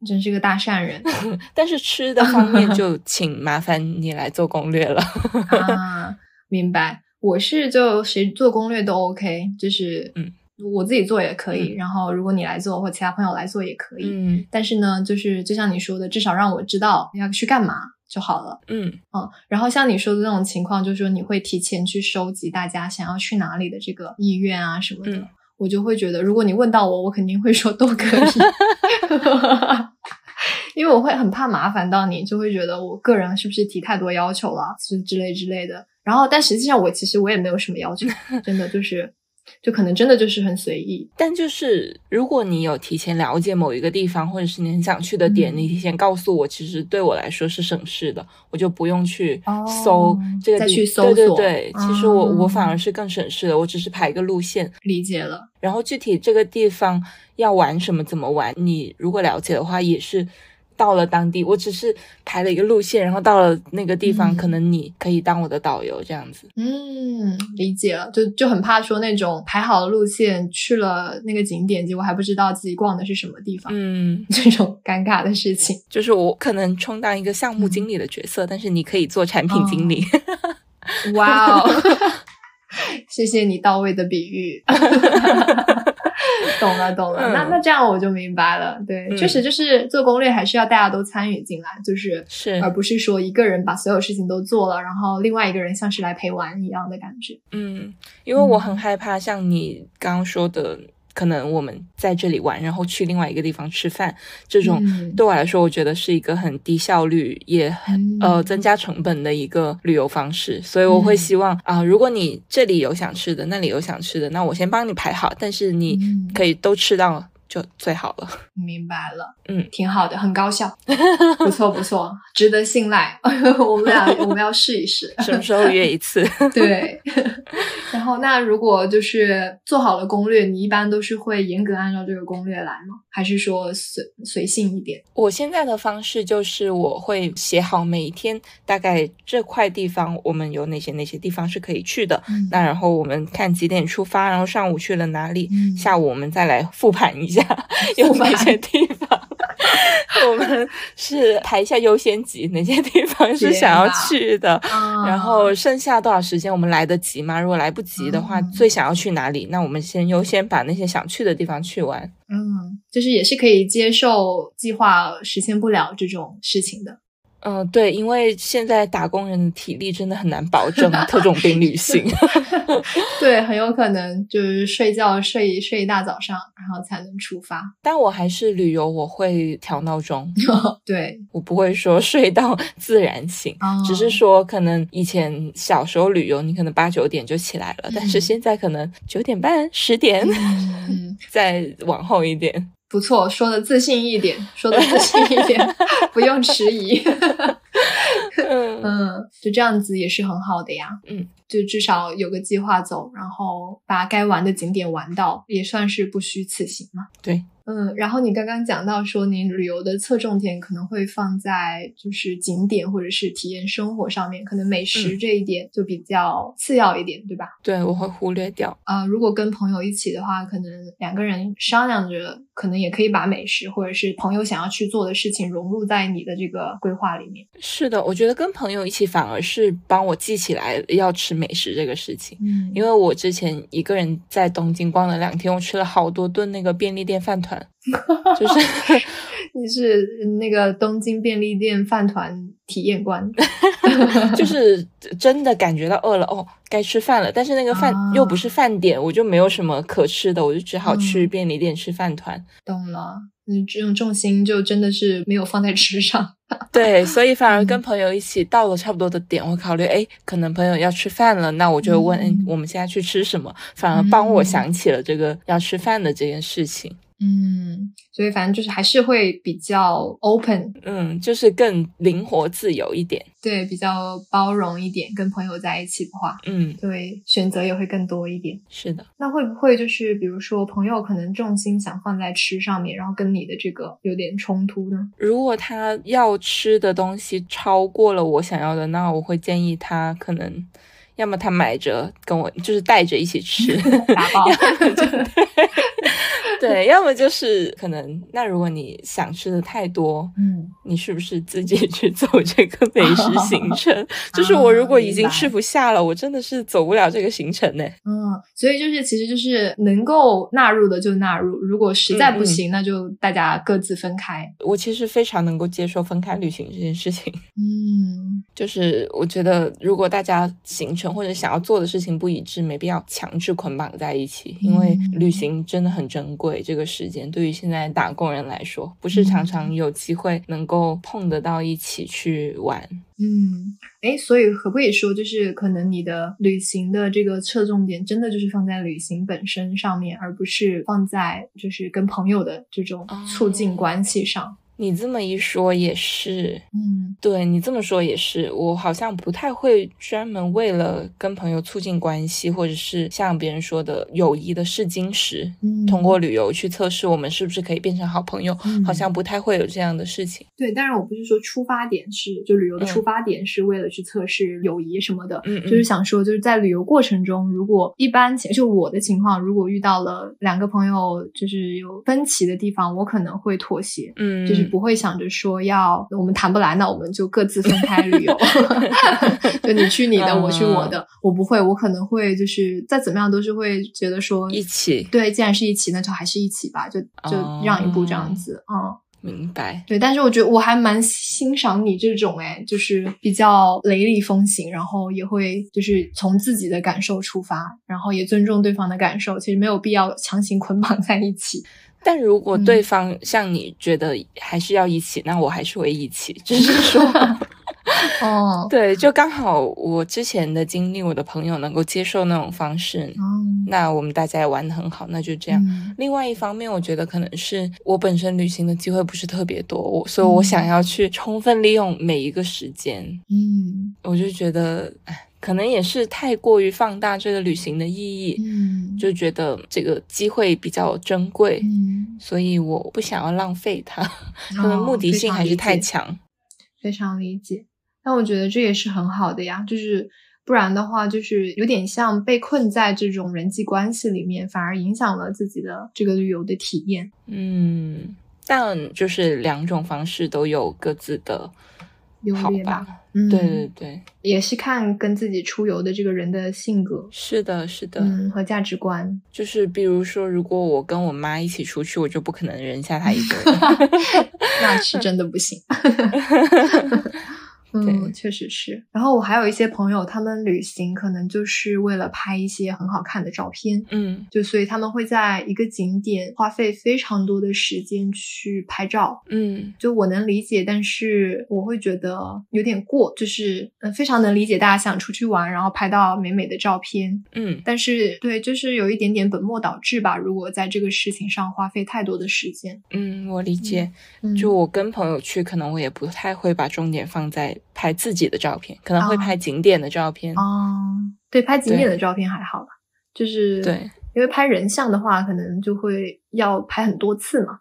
Speaker 3: 真是个大 善人
Speaker 2: 但是吃的方 面就请麻烦你来做攻略了。
Speaker 3: 啊！明白，我是就谁做攻略都 OK，就是
Speaker 2: 嗯。
Speaker 3: 我自己做也可以，
Speaker 2: 嗯
Speaker 3: 然后如果你来做或其他朋友来做也可以，
Speaker 2: 嗯
Speaker 3: 但是呢，就是就像你说的，至少让我知道要去干嘛就好了。
Speaker 2: 嗯，
Speaker 3: 嗯，然后像你说的那种情况，就是说你会提前去收集大家想要去哪里的这个意愿啊什么的。
Speaker 2: 嗯
Speaker 3: 我就会觉得，如果你问到我，我肯定会说都 可以， 因为我会很怕麻烦到你，就会觉得我个人是不是提太多要求了，之之类之类的。然后，但实际上我其实我也没有什么要求，真的就是，就可能真的就是很随意。
Speaker 2: 但就是如果你有提前了解某一个地方，或者是你很想去的点，
Speaker 3: 嗯
Speaker 2: 你提前告诉我，其实对我来说是省事的，我就不用去搜
Speaker 3: 哦
Speaker 2: 这个地、
Speaker 3: 再去搜
Speaker 2: 对对
Speaker 3: 索
Speaker 2: 对，其实我、我反
Speaker 3: 嗯
Speaker 2: 而是更省事的，我只是排个路线，
Speaker 3: 理解了，
Speaker 2: 然后具体这个地方要玩什么、怎么玩，你如果了解的话，也是到了当地，我只是排了一个路线，然后到了那个地方，
Speaker 3: 嗯
Speaker 2: 可能你可以当我的导游这样子。
Speaker 3: 嗯，理解了，就就很怕说那种排好了路线去了那个景点，结果还不知道自己逛的是什么地方，
Speaker 2: 嗯，
Speaker 3: 这种尴尬的事情。
Speaker 2: 就是我可能充当一个项目经理的角色，但是你可以做产品经理。
Speaker 3: 哇哦， 谢谢你到位的比喻，懂了懂了。
Speaker 2: 嗯
Speaker 3: 那那这样我就明白了，对，
Speaker 2: 嗯
Speaker 3: 确实就是做攻略还是要大家都参与进来，就是。
Speaker 2: 是
Speaker 3: 而，不是说一个人把所有事情都做了，然后另外一个人像是来陪玩一样的感觉。
Speaker 2: 嗯，因为我很害怕像你刚刚说的，可能我们在这里玩，然后去另外一个地方吃饭，这种、
Speaker 3: 嗯
Speaker 2: 对我来说，我觉得是一个很低效率，也很呃增加成本的一个旅游方式，所以我会
Speaker 3: 嗯
Speaker 2: 希望啊、如果你这里有想吃的，那里有想吃的，那我先帮你排好，但是你
Speaker 3: 嗯
Speaker 2: 可以都吃到就最好了。
Speaker 3: 明白了，
Speaker 2: 嗯，
Speaker 3: 挺好的，很 高效，不错不错，值得信赖。 我们俩我们要试一试，
Speaker 2: 什么时候约一次？
Speaker 3: 对。 然后，那如果就是做好了攻略，你一般都是会严格按照这个攻略来吗？还是说随随性一点？
Speaker 2: 我现在的方式就是我会写好每一天大概这块地方我们有哪些哪些地方是可以去的，
Speaker 3: 嗯
Speaker 2: 那然后我们看几点出发，然后上午去了哪里，
Speaker 3: 嗯
Speaker 2: 下午我们再来复盘一下有哪些地方我们是排一下优先级，哪些地方是想要去的。
Speaker 3: 啊
Speaker 2: 然后剩下多少时间我们来得及吗？如果来不及的话，
Speaker 3: 嗯
Speaker 2: 最想要去哪里？那我们先优先把那些想去的地方去完。
Speaker 3: 嗯，就是也是可以接受计划实现不了这种事情的。
Speaker 2: 嗯，对，因为现在打工人的体力真的很难保证特种兵旅行。
Speaker 3: 对，很有可能就是睡觉睡一睡一大早上，然后才能出发。
Speaker 2: 但我还是旅游，我会调闹钟，
Speaker 3: 对，
Speaker 2: 我不会说睡到自然醒。
Speaker 3: 啊
Speaker 2: 只是说，可能以前小时候旅游，你可能八九点就起来了，但是
Speaker 3: 嗯
Speaker 2: 现在可能九点半、十点，
Speaker 3: 嗯嗯
Speaker 2: 再往后一点。
Speaker 3: 不错，说 的自信一点，说的自信一点，不用迟疑。
Speaker 2: 嗯
Speaker 3: 嗯，就这样子也是很好的呀。
Speaker 2: 嗯，
Speaker 3: 就至少有个计划走，然后把该玩的景点玩到，也算是不虚此行嘛。
Speaker 2: 对，
Speaker 3: 嗯，然后你刚刚讲到说，你旅游的侧重点可能会放在就是景点或者是体验生活上面，可能美食
Speaker 2: 嗯
Speaker 3: 这一点就比较次要一点，对吧？
Speaker 2: 对我会忽略掉。
Speaker 3: 呃，如果跟朋友一起的话，可能两个人商量着，可能也可以把美食或者是朋友想要去做的事情融入在你的这个规划里面。
Speaker 2: 是的，我觉得跟朋友一起反而是帮我记起来要吃美食这个事情。
Speaker 3: 嗯
Speaker 2: 因为我之前一个人在东京逛了两天，我吃了好多顿那个便利店饭团，就是
Speaker 3: 你是那个东京便利店饭团体验官，
Speaker 2: 就是 真的感觉到饿了哦，该吃饭了。但是那个饭、
Speaker 3: 啊
Speaker 2: 又不是饭点，我就没有什么可吃的，我就只好去
Speaker 3: 嗯
Speaker 2: 便利店吃饭团。
Speaker 3: 懂了？你嗯这种重心就真的是没有放在吃上。
Speaker 2: 对，所以反而跟
Speaker 3: 嗯
Speaker 2: 朋友一起到了差不多的点，我考虑哎，可能朋友要吃饭了，那我就问哎
Speaker 3: 嗯，
Speaker 2: 我们现在去吃什么？反而帮我
Speaker 3: 嗯
Speaker 2: 想起了这个要吃饭的这件事情。
Speaker 3: 嗯，所以反正就是还是会比较 open，
Speaker 2: 嗯，就是更灵活自由一点。
Speaker 3: 对，比较包容一点，跟朋友在一起的话，
Speaker 2: 嗯，
Speaker 3: 对，选择也会更多一点。
Speaker 2: 是的。
Speaker 3: 那会不会就是，比如说朋友可能重心想放在吃上面，然后跟你的这个有点冲突呢？
Speaker 2: 如果他要吃的东西超过了我想要的，那我会建议他可能，要么他买着跟我就是带着一起吃，
Speaker 3: 打包，
Speaker 2: 对，要么就是可能那如果你想吃的太多，
Speaker 3: 嗯，
Speaker 2: 你是不是自己去走这个美食行 程？就是我如
Speaker 3: 啊
Speaker 2: 果已经吃不下了，我真的是走不了这个行程呢。
Speaker 3: 嗯，所以就是其实就是能够纳入的就纳入，如果实
Speaker 2: 嗯
Speaker 3: 在不行，那就大家各自分开。
Speaker 2: 我其实非常能够接受分开旅行这件事情。
Speaker 3: 嗯
Speaker 2: 就是我觉得，如果大家行程或者想要做的事情不一致，没必要强制捆绑在一起，因为
Speaker 3: 嗯
Speaker 2: 旅行真的很珍贵。这个时间对于现在打工人来说，
Speaker 3: 嗯
Speaker 2: 不是常常有机会能够碰得到一起去玩。
Speaker 3: 嗯，哎，所以可不可以说，就是可能你的旅行的这个侧重点，真的就是放在旅行本身上面，而不是放在就是跟朋友的这种
Speaker 2: 哦
Speaker 3: 促进关系上。
Speaker 2: 你这么一说也是，
Speaker 3: 嗯
Speaker 2: 对你这么说也是，我好像不太会专门为了跟朋友促进关系，或者是像别人说的友谊的试金石，
Speaker 3: 嗯，
Speaker 2: 通过旅游去测试我们是不是可以变成好朋友，
Speaker 3: 嗯
Speaker 2: 好像不太会有这样的事情。
Speaker 3: 对，但是我不是说出发点是就旅游的
Speaker 2: 嗯
Speaker 3: 出发点是为了去测试友谊什么的，
Speaker 2: 嗯
Speaker 3: 就是想说，就是在旅游过程中，如果一般情就我的情况，如果遇到了两个朋友就是有分歧的地方，我可能会妥协，
Speaker 2: 嗯，
Speaker 3: 就是不会想着说要我们谈不来，那我们就各自分开旅 游， 就你去你的，我去
Speaker 2: 嗯
Speaker 3: 我的，我不会，我可能会就是再怎么样都是会觉得说
Speaker 2: 一起
Speaker 3: 对，既然是一起，那就还是一起吧，就就让一步这样
Speaker 2: 哦
Speaker 3: 子，嗯。
Speaker 2: 明白。
Speaker 3: 对，但是我觉得我还蛮欣赏你这种哎，就是比较雷厉风行，然后也会就是从自己的感受出发，然后也尊重对方的感受，其实没有必要强行捆绑在 一起。
Speaker 2: 但如果
Speaker 3: 嗯
Speaker 2: 对方像你觉得还是要一起，那我还是会一起，只是 说
Speaker 3: 哦，
Speaker 2: 对，就刚好我之前的经历，我的朋友能够接受那种方式，
Speaker 3: 嗯，
Speaker 2: 那我们大家也玩的很好，那就这样。
Speaker 3: 嗯
Speaker 2: 另外一方面，我觉得可能是我本身旅行的机会不是特别多，我所以我想要去充分利用每一个时间，
Speaker 3: 嗯
Speaker 2: 我就觉得，唉可能也是太过于放大这个旅行的意义，
Speaker 3: 嗯，
Speaker 2: 就觉得这个机会比较珍贵，
Speaker 3: 嗯，哦
Speaker 2: 所以我不想要浪费它，可能目的性还是太
Speaker 3: 强。
Speaker 2: 强。
Speaker 3: 非常理解非常理解。但我觉得这也是很好的呀，就是不然的话，就是有点像被困在这种人际关系里面，反而影响了自己的这个旅游的体验。
Speaker 2: 嗯，但就是两种方式都有各自的
Speaker 3: 优
Speaker 2: 好
Speaker 3: 劣吧
Speaker 2: 吧？
Speaker 3: 嗯，
Speaker 2: 对对对，
Speaker 3: 也是看跟自己出游的这个人的性格，
Speaker 2: 是的，是的。
Speaker 3: 嗯，和价值观。
Speaker 2: 就是比如说，如果我跟我妈一起出去，我就不可能扔下她一个 人。
Speaker 3: 那是真的不行。
Speaker 2: 对
Speaker 3: 嗯，确实是。然后我还有一些朋友，他们旅行可能就是为了拍一些很好看的照片，
Speaker 2: 嗯
Speaker 3: 就所以他们会在一个景点花费非常多的时间去拍照。
Speaker 2: 嗯，
Speaker 3: 就我能理解，但是我会觉得有点过，就是嗯，非常能理解大家想出去玩，然后拍到美美的照片，
Speaker 2: 嗯，
Speaker 3: 但是对，就是有一点点本末倒置吧。如果在这个事情上花费太多的时间，
Speaker 2: 嗯，我理解。
Speaker 3: 嗯
Speaker 2: 就我跟朋友去，可能我也不太会把重点放在拍自己的照片，可能会
Speaker 3: 哦
Speaker 2: 拍景点的照片。
Speaker 3: 哦，对，拍景点
Speaker 2: 对
Speaker 3: 的照片还好吧，就是
Speaker 2: 对，
Speaker 3: 因为拍人像的话，可能就会要拍很多次嘛。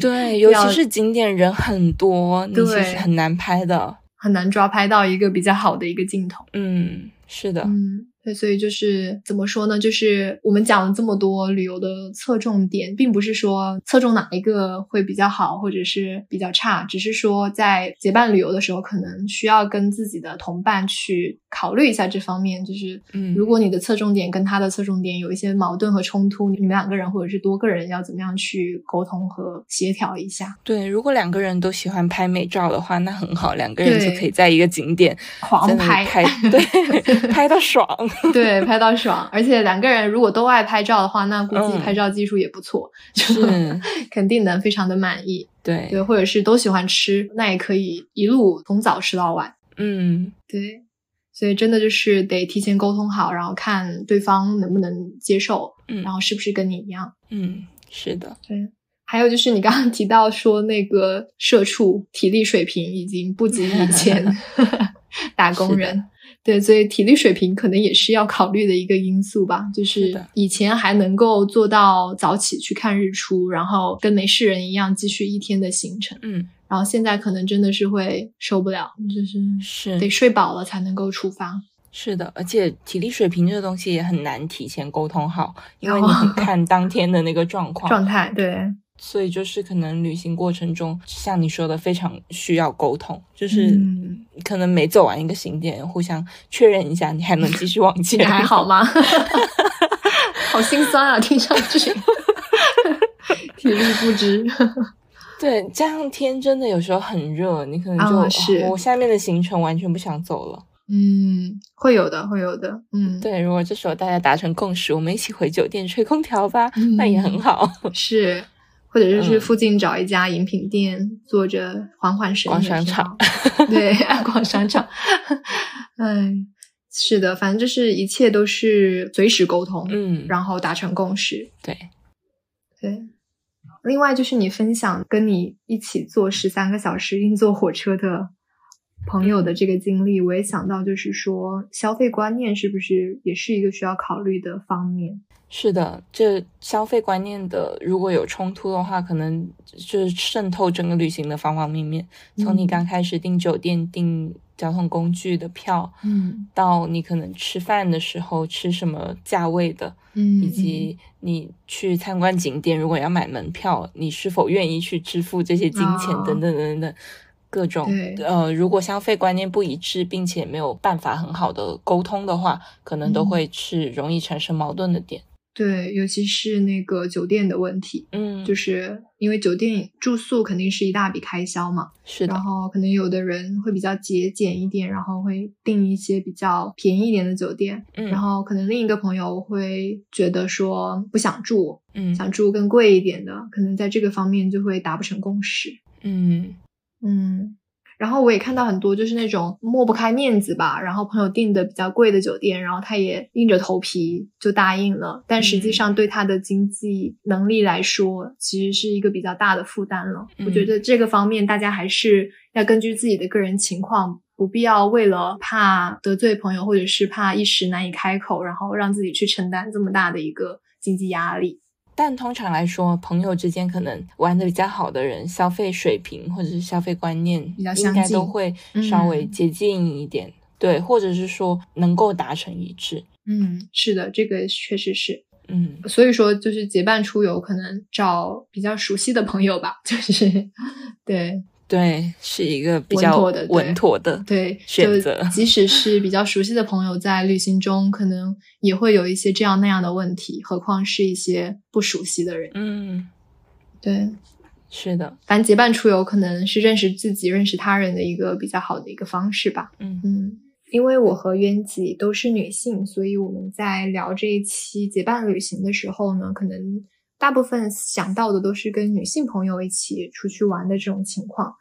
Speaker 2: 对，尤
Speaker 3: 要
Speaker 2: 其是景点人很多，你其
Speaker 3: 对
Speaker 2: 实很难拍的。
Speaker 3: 很难抓拍到一个比较好的一个镜头。
Speaker 2: 嗯，是的，
Speaker 3: 嗯，对，所以就是怎么说呢？就是我们讲了这么多旅游的侧重点，并不是说侧重哪一个会比较好，或者是比较差，只是说在结伴旅游的时候，可能需要跟自己的同伴去考虑一下这方面。就是，
Speaker 2: 嗯
Speaker 3: 如果你的侧重点跟他的侧重点有一些矛盾和冲突，你们两个人或者是多个人要怎么样去沟通和协调一下？
Speaker 2: 对。如果两个人都喜欢拍美照的话，那很好，两个人就
Speaker 3: 对
Speaker 2: 可以在一个景点在那
Speaker 3: 狂拍
Speaker 2: 里，拍 对，拍到爽。
Speaker 3: 对，拍到爽。而且两个人如果都爱拍照的话，那估计
Speaker 2: 嗯
Speaker 3: 拍照技术也不错，
Speaker 2: 是，
Speaker 3: 就 肯定能非常的满意。
Speaker 2: 对，
Speaker 3: 对，或者是都喜欢吃，那也可以一路从早吃到晚。
Speaker 2: 嗯，
Speaker 3: 对，所以真的就是得提前沟通好，然后看对方能不能接受，
Speaker 2: 嗯
Speaker 3: 然后是不是跟你一样。
Speaker 2: 嗯，是的，
Speaker 3: 对，还有就是你刚刚提到说那个社畜体力水平已经不及以 前打工
Speaker 2: 是
Speaker 3: 人，对，所以体力水平可能也是要考虑的一个因素吧。就是是
Speaker 2: 的
Speaker 3: 以前还能够做到早起去看日出，然后跟没事人一样继续一天的行程，
Speaker 2: 嗯，
Speaker 3: 然后现在可能真的是会受不了，就是
Speaker 2: 是
Speaker 3: 得睡饱了才能够出发。
Speaker 2: 是的，而且体力水平这个东西也很难提前沟通好，因为
Speaker 3: 哦
Speaker 2: 你很看当天的那个状况，
Speaker 3: 状态对，
Speaker 2: 所以就是可能旅行过程中，像你说的，非常需要沟通，就是
Speaker 3: 嗯
Speaker 2: 可能每走完一个景点，互相确认一下，你还能继续 往前
Speaker 3: 你，还好？ 吗？好心酸啊，听上去体力不支。
Speaker 2: 对，这样天真的有时候很热，你可能
Speaker 3: 啊
Speaker 2: 就、
Speaker 3: 是
Speaker 2: 哦我下面的行程完全不想走了。
Speaker 3: 嗯，会有的，会有的。嗯，，
Speaker 2: 对，如果这时候大家达成共识，我们一起回酒店吹空调吧， 那也很
Speaker 3: 嗯
Speaker 2: 好，
Speaker 3: 是，或者就是
Speaker 2: 嗯
Speaker 3: 附近找一家饮品店，坐着缓缓神
Speaker 2: 逛
Speaker 3: 也
Speaker 2: 商
Speaker 3: 挺
Speaker 2: 场
Speaker 3: 好。 对，逛商场。 哎，是的，反正就是一切都是随时沟通，
Speaker 2: 嗯，
Speaker 3: 然后达成共识。
Speaker 2: 对。
Speaker 3: 对。另外就是你分享跟你一起坐十三个小时硬座火车的朋友的
Speaker 2: 嗯
Speaker 3: 这个经历，我也想到，就是说消费观念是不是也是一个需要考虑的方面？
Speaker 2: 是的，这消费观念的如果有冲突的话，可能就是渗透整个旅行的方方面面。从你
Speaker 3: 嗯
Speaker 2: 刚开始订酒店、订交通工具的票，
Speaker 3: 嗯
Speaker 2: 到你可能吃饭的时候吃什么价位的，
Speaker 3: 嗯
Speaker 2: 以及你去参观景点，如果要买门票，你是否愿意去支付这些金钱
Speaker 3: 哦
Speaker 2: 等等等等。各种
Speaker 3: 对
Speaker 2: 呃，如果消费观念不一致，并且没有办法很好的沟通的话，可能都
Speaker 3: 嗯
Speaker 2: 会是容易产生矛盾的点。
Speaker 3: 对，尤其是那个酒店的问题，
Speaker 2: 嗯，
Speaker 3: 就是因为酒店住宿肯定是一大笔开销嘛，
Speaker 2: 是的
Speaker 3: 然，后可能有的人会比较节俭一点，然后会订一些比较便宜一点的酒店，
Speaker 2: 嗯，
Speaker 3: 然后可能另一个朋友会觉得说不想住，
Speaker 2: 嗯
Speaker 3: 想住更贵一点的，可能在这个方面就会达不成共识。
Speaker 2: 嗯
Speaker 3: 嗯，然后我也看到很多就是那种抹不开面子吧，然后朋友订的比较贵的酒店，然后他也硬着头皮就答应了，但实际
Speaker 2: 嗯
Speaker 3: 上对他的经济能力来说，其实是一个比较大的负担了。我觉
Speaker 2: 嗯
Speaker 3: 得这个方面大家还是要根据自己的个人情况。不必要为了怕得罪朋友，或者是怕一时难以开口，然后让自己去承担这么大的一个经济压力。
Speaker 2: 但通常来说，朋友之间可能玩的比较好的人，消费水平或者是消费观念
Speaker 3: 比较
Speaker 2: 应
Speaker 3: 相
Speaker 2: 该
Speaker 3: 近
Speaker 2: 都会稍微
Speaker 3: 嗯
Speaker 2: 接近一点，对，或者是说能够达成一致。
Speaker 3: 嗯，是的，这个确实是。
Speaker 2: 嗯，
Speaker 3: 所以说，就是结伴出游，可能找比较熟悉的朋友吧， 就是对
Speaker 2: 对，是一个比
Speaker 3: 稳
Speaker 2: 较
Speaker 3: 妥的对
Speaker 2: 稳妥的，
Speaker 3: 对，
Speaker 2: 选择
Speaker 3: 就即使是比较熟悉的朋友，在旅行中可能也会有一些这样那样的问题，何况是一些不熟悉的人。
Speaker 2: 嗯，
Speaker 3: 对，
Speaker 2: 是的，
Speaker 3: 反正结伴出游可能是认识自己、认识他人的一个比较好的一个方式吧。
Speaker 2: 嗯
Speaker 3: 嗯，因为我和渊吉都是女性，所以我们在聊这一期结伴旅行的时候呢，可能大部分想到的都是跟女性朋友一起出去玩的这种情况。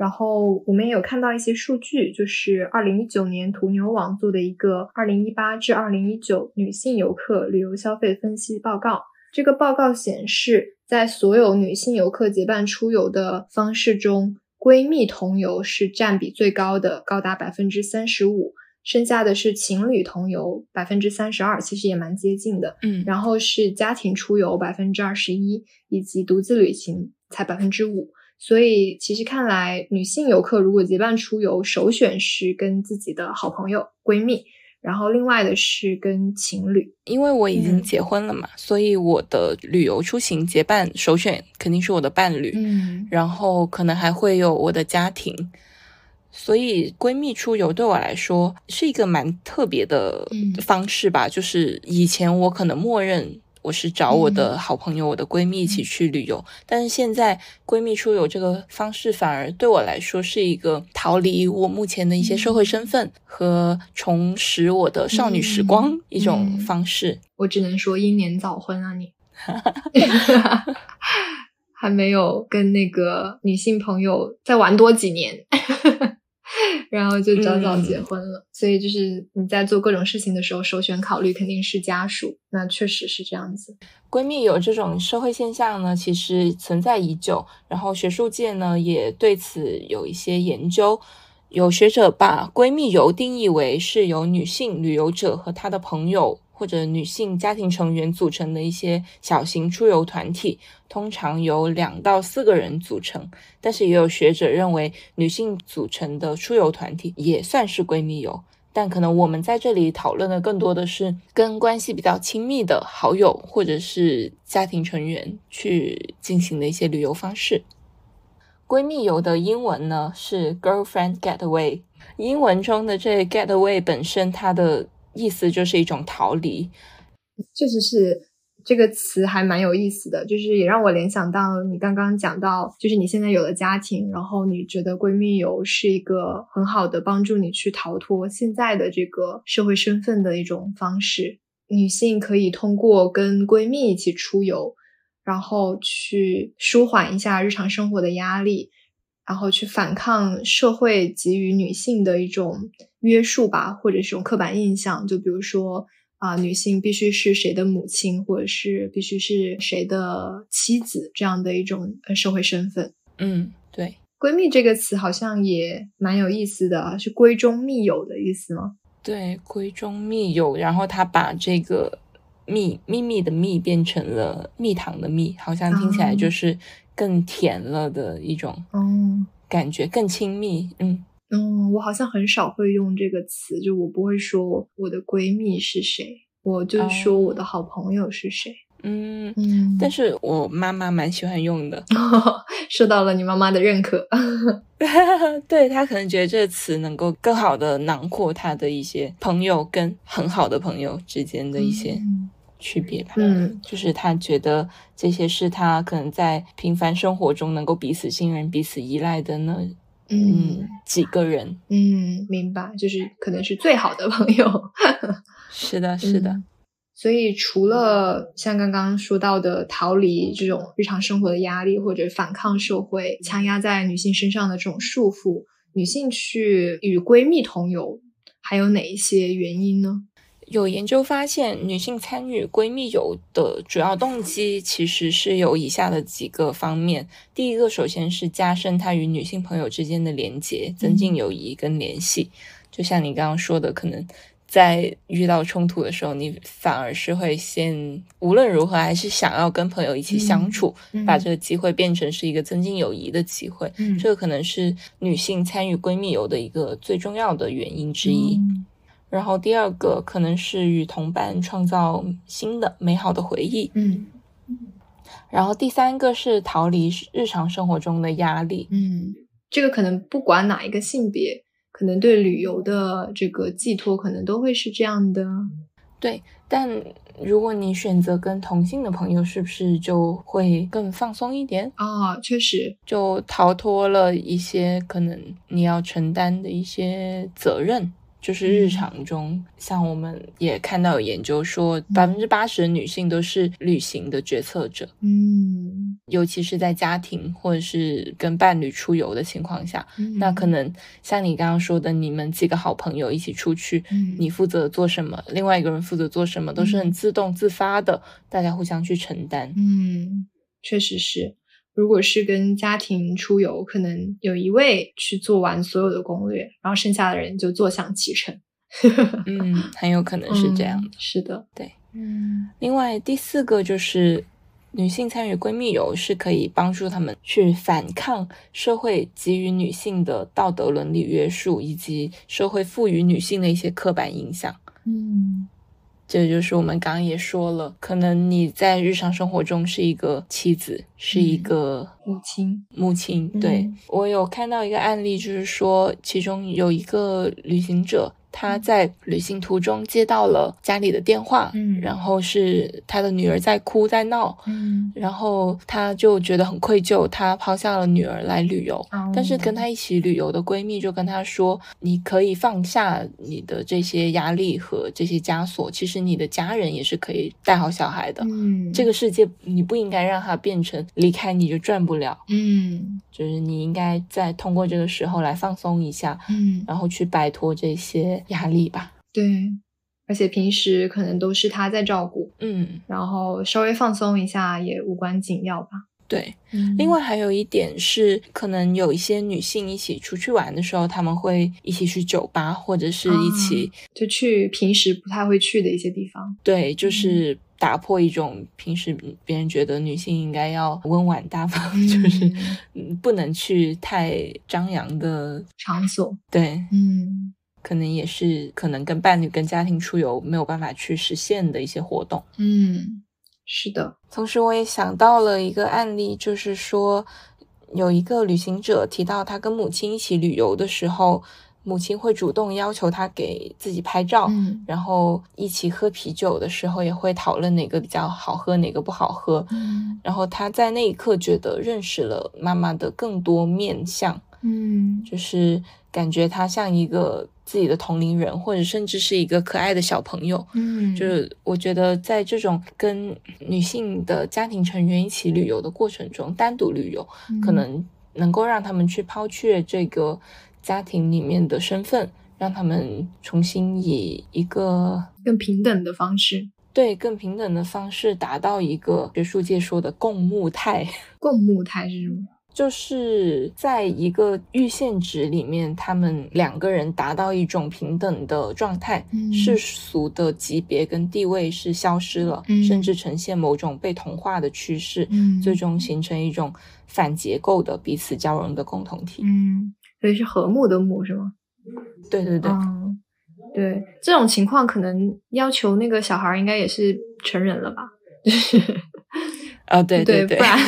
Speaker 3: 然后我们也有看到一些数据，就是二零一九年途牛网做的一个二零一八至二零一九女性游客旅游消费分析报告。这个报告显示，在所有女性游客结伴出游的方式中，闺蜜同游是占比最高的，高达百分之三十五，剩下的是情侣同游百分之三十二，其实也蛮接近的。
Speaker 2: 嗯，
Speaker 3: 然后是家庭出游百分之二十一，以及独自旅行才百分之五。所以其实看来，女性游客如果结伴出游，首选是跟自己的好朋友、闺蜜，然后另外的是跟情侣。
Speaker 2: 因为我已经
Speaker 3: 嗯
Speaker 2: 结婚了嘛，所以我的旅游出行结伴首选肯定是我的伴侣，
Speaker 3: 嗯
Speaker 2: 然后可能还会有我的家庭。所以闺蜜出游对我来说是一个蛮特别的
Speaker 3: 嗯
Speaker 2: 方式吧，就是以前我可能默认我是找我
Speaker 3: 嗯
Speaker 2: 的好朋友、我的闺蜜一起去旅游，但是现在闺蜜出游这个方式反而对我来说是一个逃离我目前的一些
Speaker 3: 嗯
Speaker 2: 社会身份和重拾我的少女时光
Speaker 3: 嗯
Speaker 2: 一种
Speaker 3: 嗯
Speaker 2: 方式。
Speaker 3: 我只能说英年早婚啊你，还没有跟那个女性朋友再玩多几年， 然后就早早结婚了。所以就是你在做各种事情的时候，首选考虑肯定是家属，那确实是这样子。
Speaker 2: 闺蜜有这种社会现象呢，其实存在已久，然后学术界呢也对此有一些研究。有学者把闺蜜游定义为是由女性旅游者和她的朋友或者女性家庭成员组成的一些小型出游团体，通常由两到四个人组成。但是也有学者认为，女性组成的出游团体也算是闺蜜游。但可能我们在这里讨论的更多的是跟关系比较亲密的好友或者是家庭成员去进行的一些旅游方式。闺蜜游的英文呢是 girlfriend getaway，英文中的这 getaway 本身它的意思就是一种逃离，
Speaker 3: 确实是这个词还蛮有意思的，就是也让我联想到你刚刚讲到，就是你现在有了家庭，然后你觉得闺蜜游是一个很好的帮助你去逃脱现在的这个社会身份的一种方式。女性可以通过跟闺蜜一起出游，然后去舒缓一下日常生活的压力，然后去反抗社会给予女性的一种约束吧，或者是一种刻板印象。就比如说啊、女性必须是谁的母亲，或者是必须是谁的妻子这样的一种呃社会身份。
Speaker 2: 嗯，对，
Speaker 3: 闺蜜这个词好像也蛮有意思的啊，是闺中密友的意思吗？
Speaker 2: 对，闺中密友，然后他把这个蜜秘密的蜜变成了蜜糖的蜜，好像听起来就
Speaker 3: 哦
Speaker 2: 是更甜了的一种
Speaker 3: 哦，
Speaker 2: 感觉，更亲密。嗯，
Speaker 3: 嗯，我好像很少会用这个词，就我不会说我的闺蜜是谁，我就
Speaker 2: 哦
Speaker 3: 说我的好朋友是谁。
Speaker 2: 嗯，
Speaker 3: 嗯，
Speaker 2: 但是我妈妈蛮喜欢用的，
Speaker 3: 受到了你妈妈的认可。
Speaker 2: 对她可能觉得这个词能够更好的囊括她的一些朋友跟很好的朋友之间的一些区别吧。
Speaker 3: 嗯
Speaker 2: 就是她觉得这些是她可能在平凡生活中能够彼此信任、彼此依赖的呢，
Speaker 3: 嗯
Speaker 2: 嗯，几个人。
Speaker 3: 嗯，明白，就是可能是最好的朋友。
Speaker 2: 是的，是的，
Speaker 3: 嗯所以除了像刚刚说到的逃离这种日常生活的压力，或者反抗社会强压在女性身上的这种束缚，女性去与闺蜜同游，还有哪一些原因呢？
Speaker 2: 有研究发现，女性参与闺蜜游的主要动机其实是有以下的几个方面。第一个，首先是加深她与女性朋友之间的连结，增进友谊跟联系。就像你刚刚说的，可能在遇到冲突的时候，你反而是会先无论如何还是想要跟朋友一起相处，把这个机会变成是一个增进友谊的机会。
Speaker 3: 嗯
Speaker 2: 这个可能是女性参与闺蜜游的一个最重要的原因之一。
Speaker 3: 嗯
Speaker 2: 然后第二个可能是与同伴创造新的美好的回忆，
Speaker 3: 嗯
Speaker 2: 然后第三个是逃离日常生活中的压力。
Speaker 3: 嗯，这个可能不管哪一个性别，可能对旅游的这个寄托，可能都会是这样的。
Speaker 2: 但如果你选择跟同性的朋友，是不是就会更放松一点？
Speaker 3: 哦，确实，
Speaker 2: 就逃脱了一些可能你要承担的一些责任，就是日常中，像我们也看到有研究说，百分之八十的女性都是旅行的决策者。
Speaker 3: 嗯，
Speaker 2: 尤其是在家庭或者是跟伴侣出游的情况下，
Speaker 3: 嗯
Speaker 2: 那可能像你刚刚说的，你们几个好朋友一起出去，
Speaker 3: 嗯
Speaker 2: 你负责做什么，另外一个人负责做什么，都是很自动自发的，大家互相去承担。
Speaker 3: 嗯，确实是。如果是跟家庭出游，可能有一位去做完所有的攻略，然后剩下的人就坐享其成。
Speaker 2: 嗯，很有可能是这样。
Speaker 3: 嗯是的，
Speaker 2: 对，
Speaker 3: 嗯
Speaker 2: 另外第四个就是女性参与闺蜜游是可以帮助她们去反抗社会给予女性的道德伦理约束，以及社会赋予女性的一些刻板印象。
Speaker 3: 嗯
Speaker 2: 这就是我们刚刚也说了，可能你在日常生活中是一个妻子，是一个
Speaker 3: 嗯母亲，
Speaker 2: 母亲。对
Speaker 3: 嗯
Speaker 2: 我有看到一个案例，就是说其中有一个旅行者，他在旅行途中接到了家里的电话，
Speaker 3: 嗯
Speaker 2: 然后是他的女儿在哭在闹，
Speaker 3: 嗯
Speaker 2: 然后他就觉得很愧疚，他抛下了女儿来旅游。
Speaker 3: 哦
Speaker 2: 但是跟她一起旅游的闺蜜就跟她说：“你可以放下你的这些压力和这些枷锁，其实你的家人也是可以带好小孩的。
Speaker 3: 嗯
Speaker 2: 这个世界你不应该让它变成离开你就转不了，
Speaker 3: 嗯
Speaker 2: 就是你应该在通过这个时候来放松一下，
Speaker 3: 嗯
Speaker 2: 然后去摆脱这些压力吧。
Speaker 3: 对，而且平时可能都是他在照顾，
Speaker 2: 嗯，
Speaker 3: 然后稍微放松一下也无关紧要吧。
Speaker 2: 对。
Speaker 3: 嗯
Speaker 2: 另外还有一点是，可能有一些女性一起出去玩的时候，她们会一起去酒吧，或者是一起、
Speaker 3: 就去平时不太会去的一些地方。
Speaker 2: 对，就是打破一种平时别人觉得女性应该要温婉大方， 就是
Speaker 3: 嗯
Speaker 2: 嗯不能去太张扬的。
Speaker 3: 场所，
Speaker 2: 对，
Speaker 3: 嗯
Speaker 2: 可能也是可能跟伴侣、跟家庭出游没有办法去实现的一些活动。
Speaker 3: 嗯，是的，
Speaker 2: 同时，我也想到了一个案例，就是说有一个旅行者提到，他跟母亲一起旅游的时候，母亲会主动要求他给自己拍照，
Speaker 3: 嗯
Speaker 2: 然后一起喝啤酒的时候也会讨论哪个比较好喝，哪个不好喝。
Speaker 3: 嗯
Speaker 2: 然后他在那一刻觉得认识了妈妈的更多面相，
Speaker 3: 嗯
Speaker 2: 就是感觉她像一个自己的同龄人，或者甚至是一个可爱的小朋友。
Speaker 3: 嗯，
Speaker 2: 就是我觉得在这种跟女性的家庭成员一起旅游的过程中，单独旅游
Speaker 3: 嗯
Speaker 2: 可能能够让他们去抛却这个家庭里面的身份，让他们重新以一个
Speaker 3: 更平等的方式，
Speaker 2: 对更平等的方式达到一个学术界说的共睦态，
Speaker 3: 共睦态是什么？
Speaker 2: 就是在一个阈限值里面，他们两个人达到一种平等的状态，
Speaker 3: 嗯
Speaker 2: 世俗的级别跟地位是消失了，
Speaker 3: 嗯
Speaker 2: 甚至呈现某种被同化的趋势，
Speaker 3: 嗯
Speaker 2: 最终形成一种反结构的彼此交融的共同体。
Speaker 3: 嗯，所以是和睦的睦是吗？
Speaker 2: 对对对，
Speaker 3: 嗯，对，这种情况可能要求那个小孩儿应该也是成人了吧？
Speaker 2: 啊对
Speaker 3: 对
Speaker 2: 对
Speaker 3: 不，然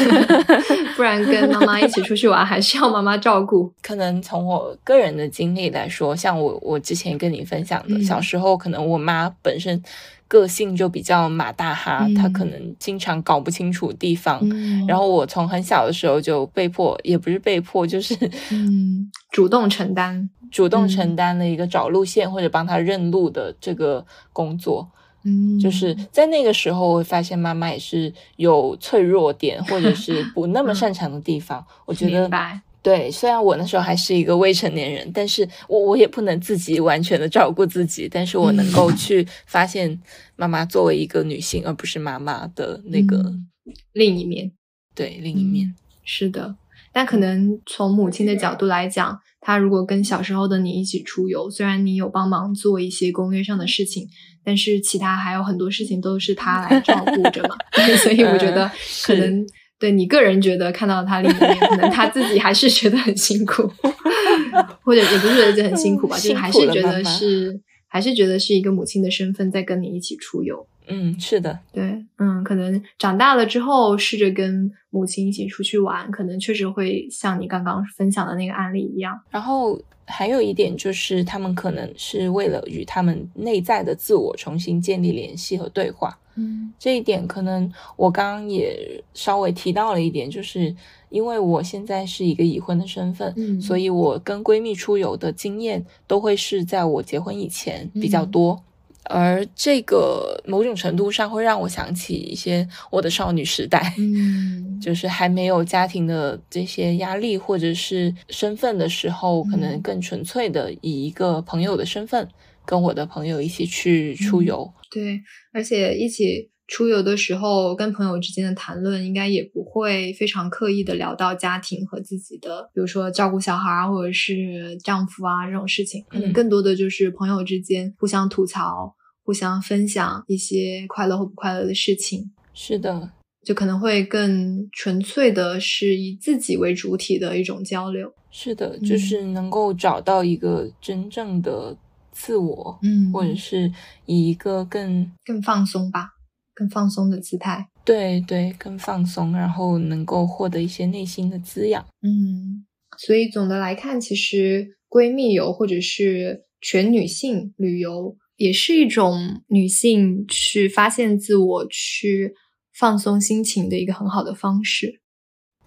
Speaker 3: 不然跟妈妈一起出去玩还是要妈妈 照顾。
Speaker 2: 可能从我个人的经历来说，像我我之前跟你分享的，
Speaker 3: 嗯
Speaker 2: 小时候可能我妈本身个性就比较马大哈，
Speaker 3: 嗯
Speaker 2: 她可能经常搞不清楚地方。
Speaker 3: 嗯
Speaker 2: 然后我从很小的时候就被迫，也不是被迫，就是
Speaker 3: 嗯，主动承担。
Speaker 2: 主动
Speaker 3: 嗯
Speaker 2: 承担了一个找路线或者帮她认路的这个工作。
Speaker 3: 嗯，
Speaker 2: 就是在那个时候，我会发现妈妈也是有脆弱点，或者 是不那么擅长的地方。我觉得
Speaker 3: 嗯明白。
Speaker 2: 对，虽然我那时候还是一个未成年人，但是我我也不能自己完全的照顾自己，但是我能
Speaker 3: 嗯
Speaker 2: 够去发现妈妈作为一个女性，而不是妈妈的那个、
Speaker 3: 嗯另一面。
Speaker 2: 对另一面。
Speaker 3: 是的，但可能从母亲的角度来讲，她如果跟小时候的你一起出游，虽然你有帮忙做一些攻略上的事情，但是其他还有很多事情都是她来照顾着 嘛。 所以我觉得
Speaker 2: 嗯
Speaker 3: 可能、对你个人觉得看到她另一面，可能她自己还是觉得很辛苦， 或者也不是觉得很辛苦吧，
Speaker 2: 嗯
Speaker 3: 就是还
Speaker 2: 辛
Speaker 3: 是
Speaker 2: 苦了
Speaker 3: 觉得
Speaker 2: 妈妈
Speaker 3: 是还是觉得是一个母亲的身份在跟你一起出游。
Speaker 2: 嗯，是的，
Speaker 3: 对，嗯，可能长大了之后，试着跟母亲一起出去玩，可能确实会像你刚刚分享的那个案例一样。
Speaker 2: 然后还有一点就是，他们可能是为了与他们内在的自我重新建立联系和对话。
Speaker 3: 嗯
Speaker 2: 这一点可能我刚刚也稍微提到了一点，就是因为我现在是一个已婚的身份，
Speaker 3: 嗯
Speaker 2: 所以我跟闺蜜出游的经验都会是在我结婚以前比较多。而这个某种程度上会让我想起一些我的少女时代，
Speaker 3: 嗯
Speaker 2: 就是还没有家庭的这些压力或者是身份的时候，
Speaker 3: 嗯
Speaker 2: 可能更纯粹的以一个
Speaker 3: 嗯
Speaker 2: 朋友的身份跟我的朋友一起去出游。
Speaker 3: 对，而且一起出游的时候跟朋友之间的谈论，应该也不会非常刻意的聊到家庭和自己的，比如说照顾小孩啊，或者是丈夫啊这种事情，可能
Speaker 2: 嗯
Speaker 3: 更多的就是朋友之间互相吐槽、互相分享一些快乐或不快乐的事情。
Speaker 2: 是的，
Speaker 3: 就可能会更纯粹的是以自己为主体的一种交流。
Speaker 2: 是的，
Speaker 3: 嗯
Speaker 2: 就是能够找到一个真正的自我，
Speaker 3: 嗯
Speaker 2: 或者是以一个更
Speaker 3: 更放松吧，更放松的姿态。
Speaker 2: 对对更放松，然后能够获得一些内心的滋养。
Speaker 3: 嗯，所以总的来看，其实闺蜜游或者是全女性旅游，也是一种女性去发现自我、去放松心情的一个很好的方式。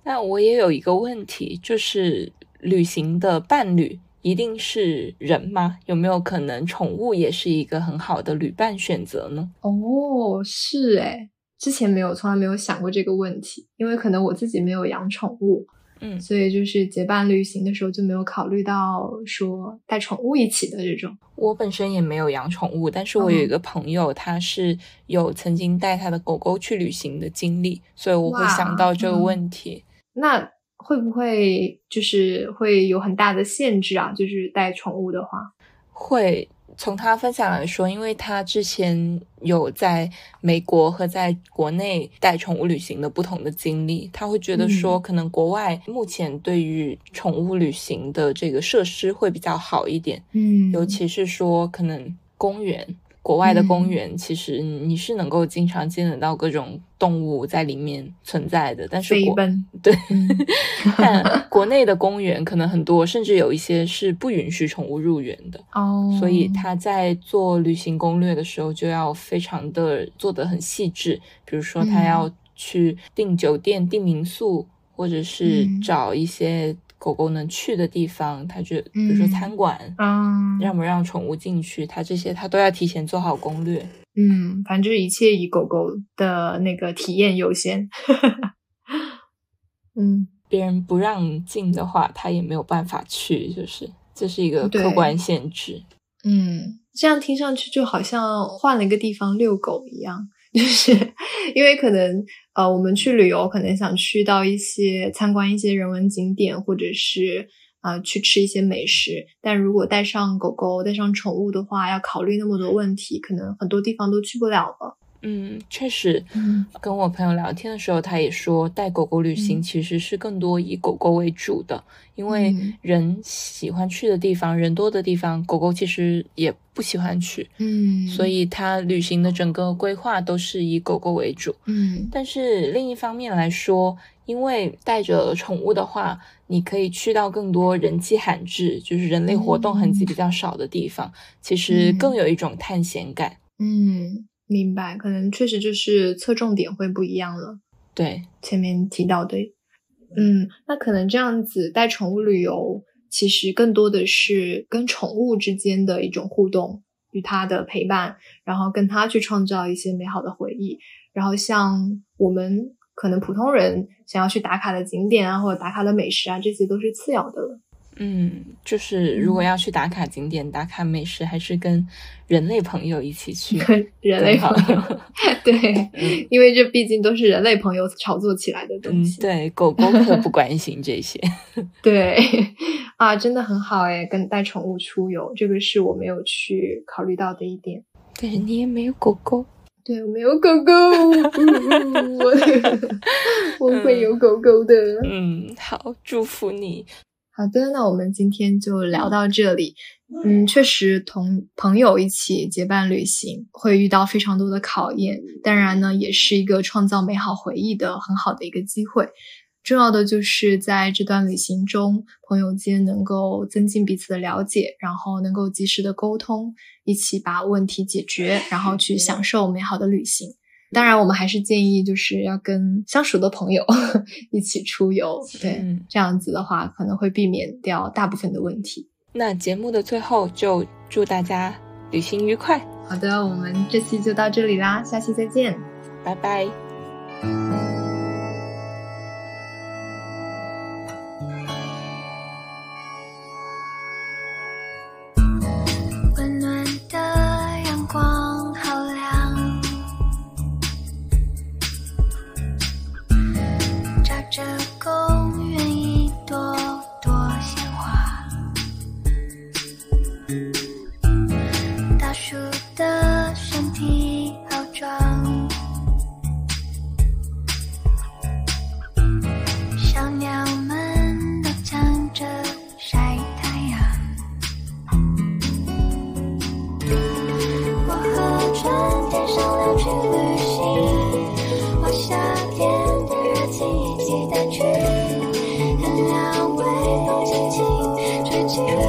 Speaker 2: 那我也有一个问题，就是旅行的伴侣一定是人吗？有没有可能宠物也是一个很好的旅伴选择呢？
Speaker 3: 哦，是诶，之前没有，从来没有想过这个问题，因为可能我自己没有养宠物，
Speaker 2: 嗯，
Speaker 3: 所以就是结伴旅行的时候就没有考虑到说带宠物一起的这种。
Speaker 2: 我本身也没有养宠物，但是我
Speaker 3: 哦
Speaker 2: 有一个朋友，他是有曾经带他的狗狗去旅行的经历，所以我会
Speaker 3: 哇
Speaker 2: 想到这个
Speaker 3: 嗯
Speaker 2: 问题。
Speaker 3: 那会不会就是会有很大的限制啊？就是带宠物的话，
Speaker 2: 会从他分享来说，因为他之前有在美国和在国内带宠物旅行的不同的经历，他会觉得说，
Speaker 3: 嗯
Speaker 2: 可能国外目前对于宠物旅行的这个设施会比较好一点，
Speaker 3: 嗯
Speaker 2: 尤其是说可能公园。国外的公
Speaker 3: 嗯
Speaker 2: 园其实你是能够经常见得到各种动物在里面存在的，但是
Speaker 3: 飞
Speaker 2: 国
Speaker 3: 奔，
Speaker 2: 对
Speaker 3: 嗯，
Speaker 2: 但国内的公园可能很多，甚至有一些是不允许宠物入园的。
Speaker 3: 哦，
Speaker 2: 所以他在做旅行攻略的时候，就要非常的做得很细致，比如说他
Speaker 3: 嗯
Speaker 2: 要去订酒店、订民宿，或者是
Speaker 3: 嗯
Speaker 2: 找一些狗狗能去的地方，他就比如说
Speaker 3: 嗯
Speaker 2: 餐馆。
Speaker 3: 啊，
Speaker 2: 让不让宠物进去，他这些他都要提前做好攻略。
Speaker 3: 嗯，反正就是一切以狗狗的那个体验优先。 嗯，
Speaker 2: 别人不让进的话，他也没有办法去，就是这是一个
Speaker 3: 对
Speaker 2: 客观限制。
Speaker 3: 嗯，这样听上去就好像换了一个地方遛狗一样， 就是因为可能呃，我们去旅游可能想去到一些参观一些人文景点，或者是啊、呃去吃一些美食，但如果带上狗狗、带上宠物的话，要考虑那么多问题，可能很多地方都去不了了。
Speaker 2: 嗯，确实，
Speaker 3: 嗯
Speaker 2: 跟我朋友聊天的时候，他也说，带狗狗旅行
Speaker 3: 嗯
Speaker 2: 其实是更多以狗狗为主的，因为
Speaker 3: 嗯
Speaker 2: 人喜欢去的地方、人多的地方，狗狗其实也不喜欢去，
Speaker 3: 嗯，
Speaker 2: 所以它旅行的整个规划都是以狗狗为主。
Speaker 3: 嗯
Speaker 2: 但是另一方面来说，因为带着宠物的话，你可以去到更多人迹罕至，就是人类活动痕迹比较少的地方，其实
Speaker 3: 嗯
Speaker 2: 更有一种探险感。
Speaker 3: 嗯，明白，可能确实就是侧重点会不一样了。
Speaker 2: 对，
Speaker 3: 前面提到的，嗯，那可能这样子带宠物旅游，其实更多的是跟宠物之间的一种互动，与它的陪伴，然后跟它去创造一些美好的回忆。然后像我们可能普通人想要去打卡的景点啊，或者打卡的美食啊，这些都是次要 的了。
Speaker 2: 嗯，就是如果要去打卡景点、打卡美食，还是跟人类朋友一起去
Speaker 3: 人类
Speaker 2: 更好
Speaker 3: 朋友，对，
Speaker 2: 嗯
Speaker 3: 因为这毕竟都是人类朋友炒作起来的东
Speaker 2: 嗯
Speaker 3: 西。，
Speaker 2: 对，狗狗可不关心这 些。
Speaker 3: 对 啊，真的很好哎，跟带宠物出游，这个是我没有去考虑到的一点。
Speaker 2: 但是你也没有狗狗，
Speaker 3: 对，我没有狗狗，呜 我我会有狗狗的。
Speaker 2: 嗯，好，祝福你。
Speaker 3: 好的，那我们今天就聊到这里。嗯，确实同朋友一起结伴旅行会遇到非常多的考验，当然呢，也是一个创造美好回忆的很好的一个机会。重要的就是在这段旅行中，朋友间能够增进彼此的了解，然后能够及时的沟通，一起把问题解决，然后去享受美好的旅行。当然，我们还是建议就是要跟相熟的朋友 一起出游，对，
Speaker 2: 嗯
Speaker 3: 这样子的话可能会避免掉大部分的问题。
Speaker 2: 那节目的最后，就祝大家旅行愉快，
Speaker 3: 好的，我们这期就到这里啦，下期再见。
Speaker 2: 拜拜。
Speaker 4: 温暖的阳光好亮，到微风轻轻吹起来。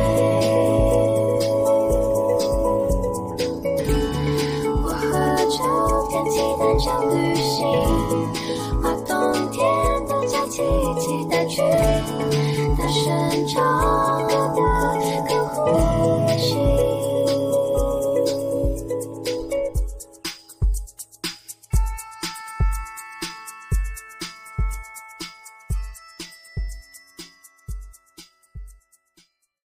Speaker 4: 我和秋天期待着旅行，和冬天的假期期待去的深长。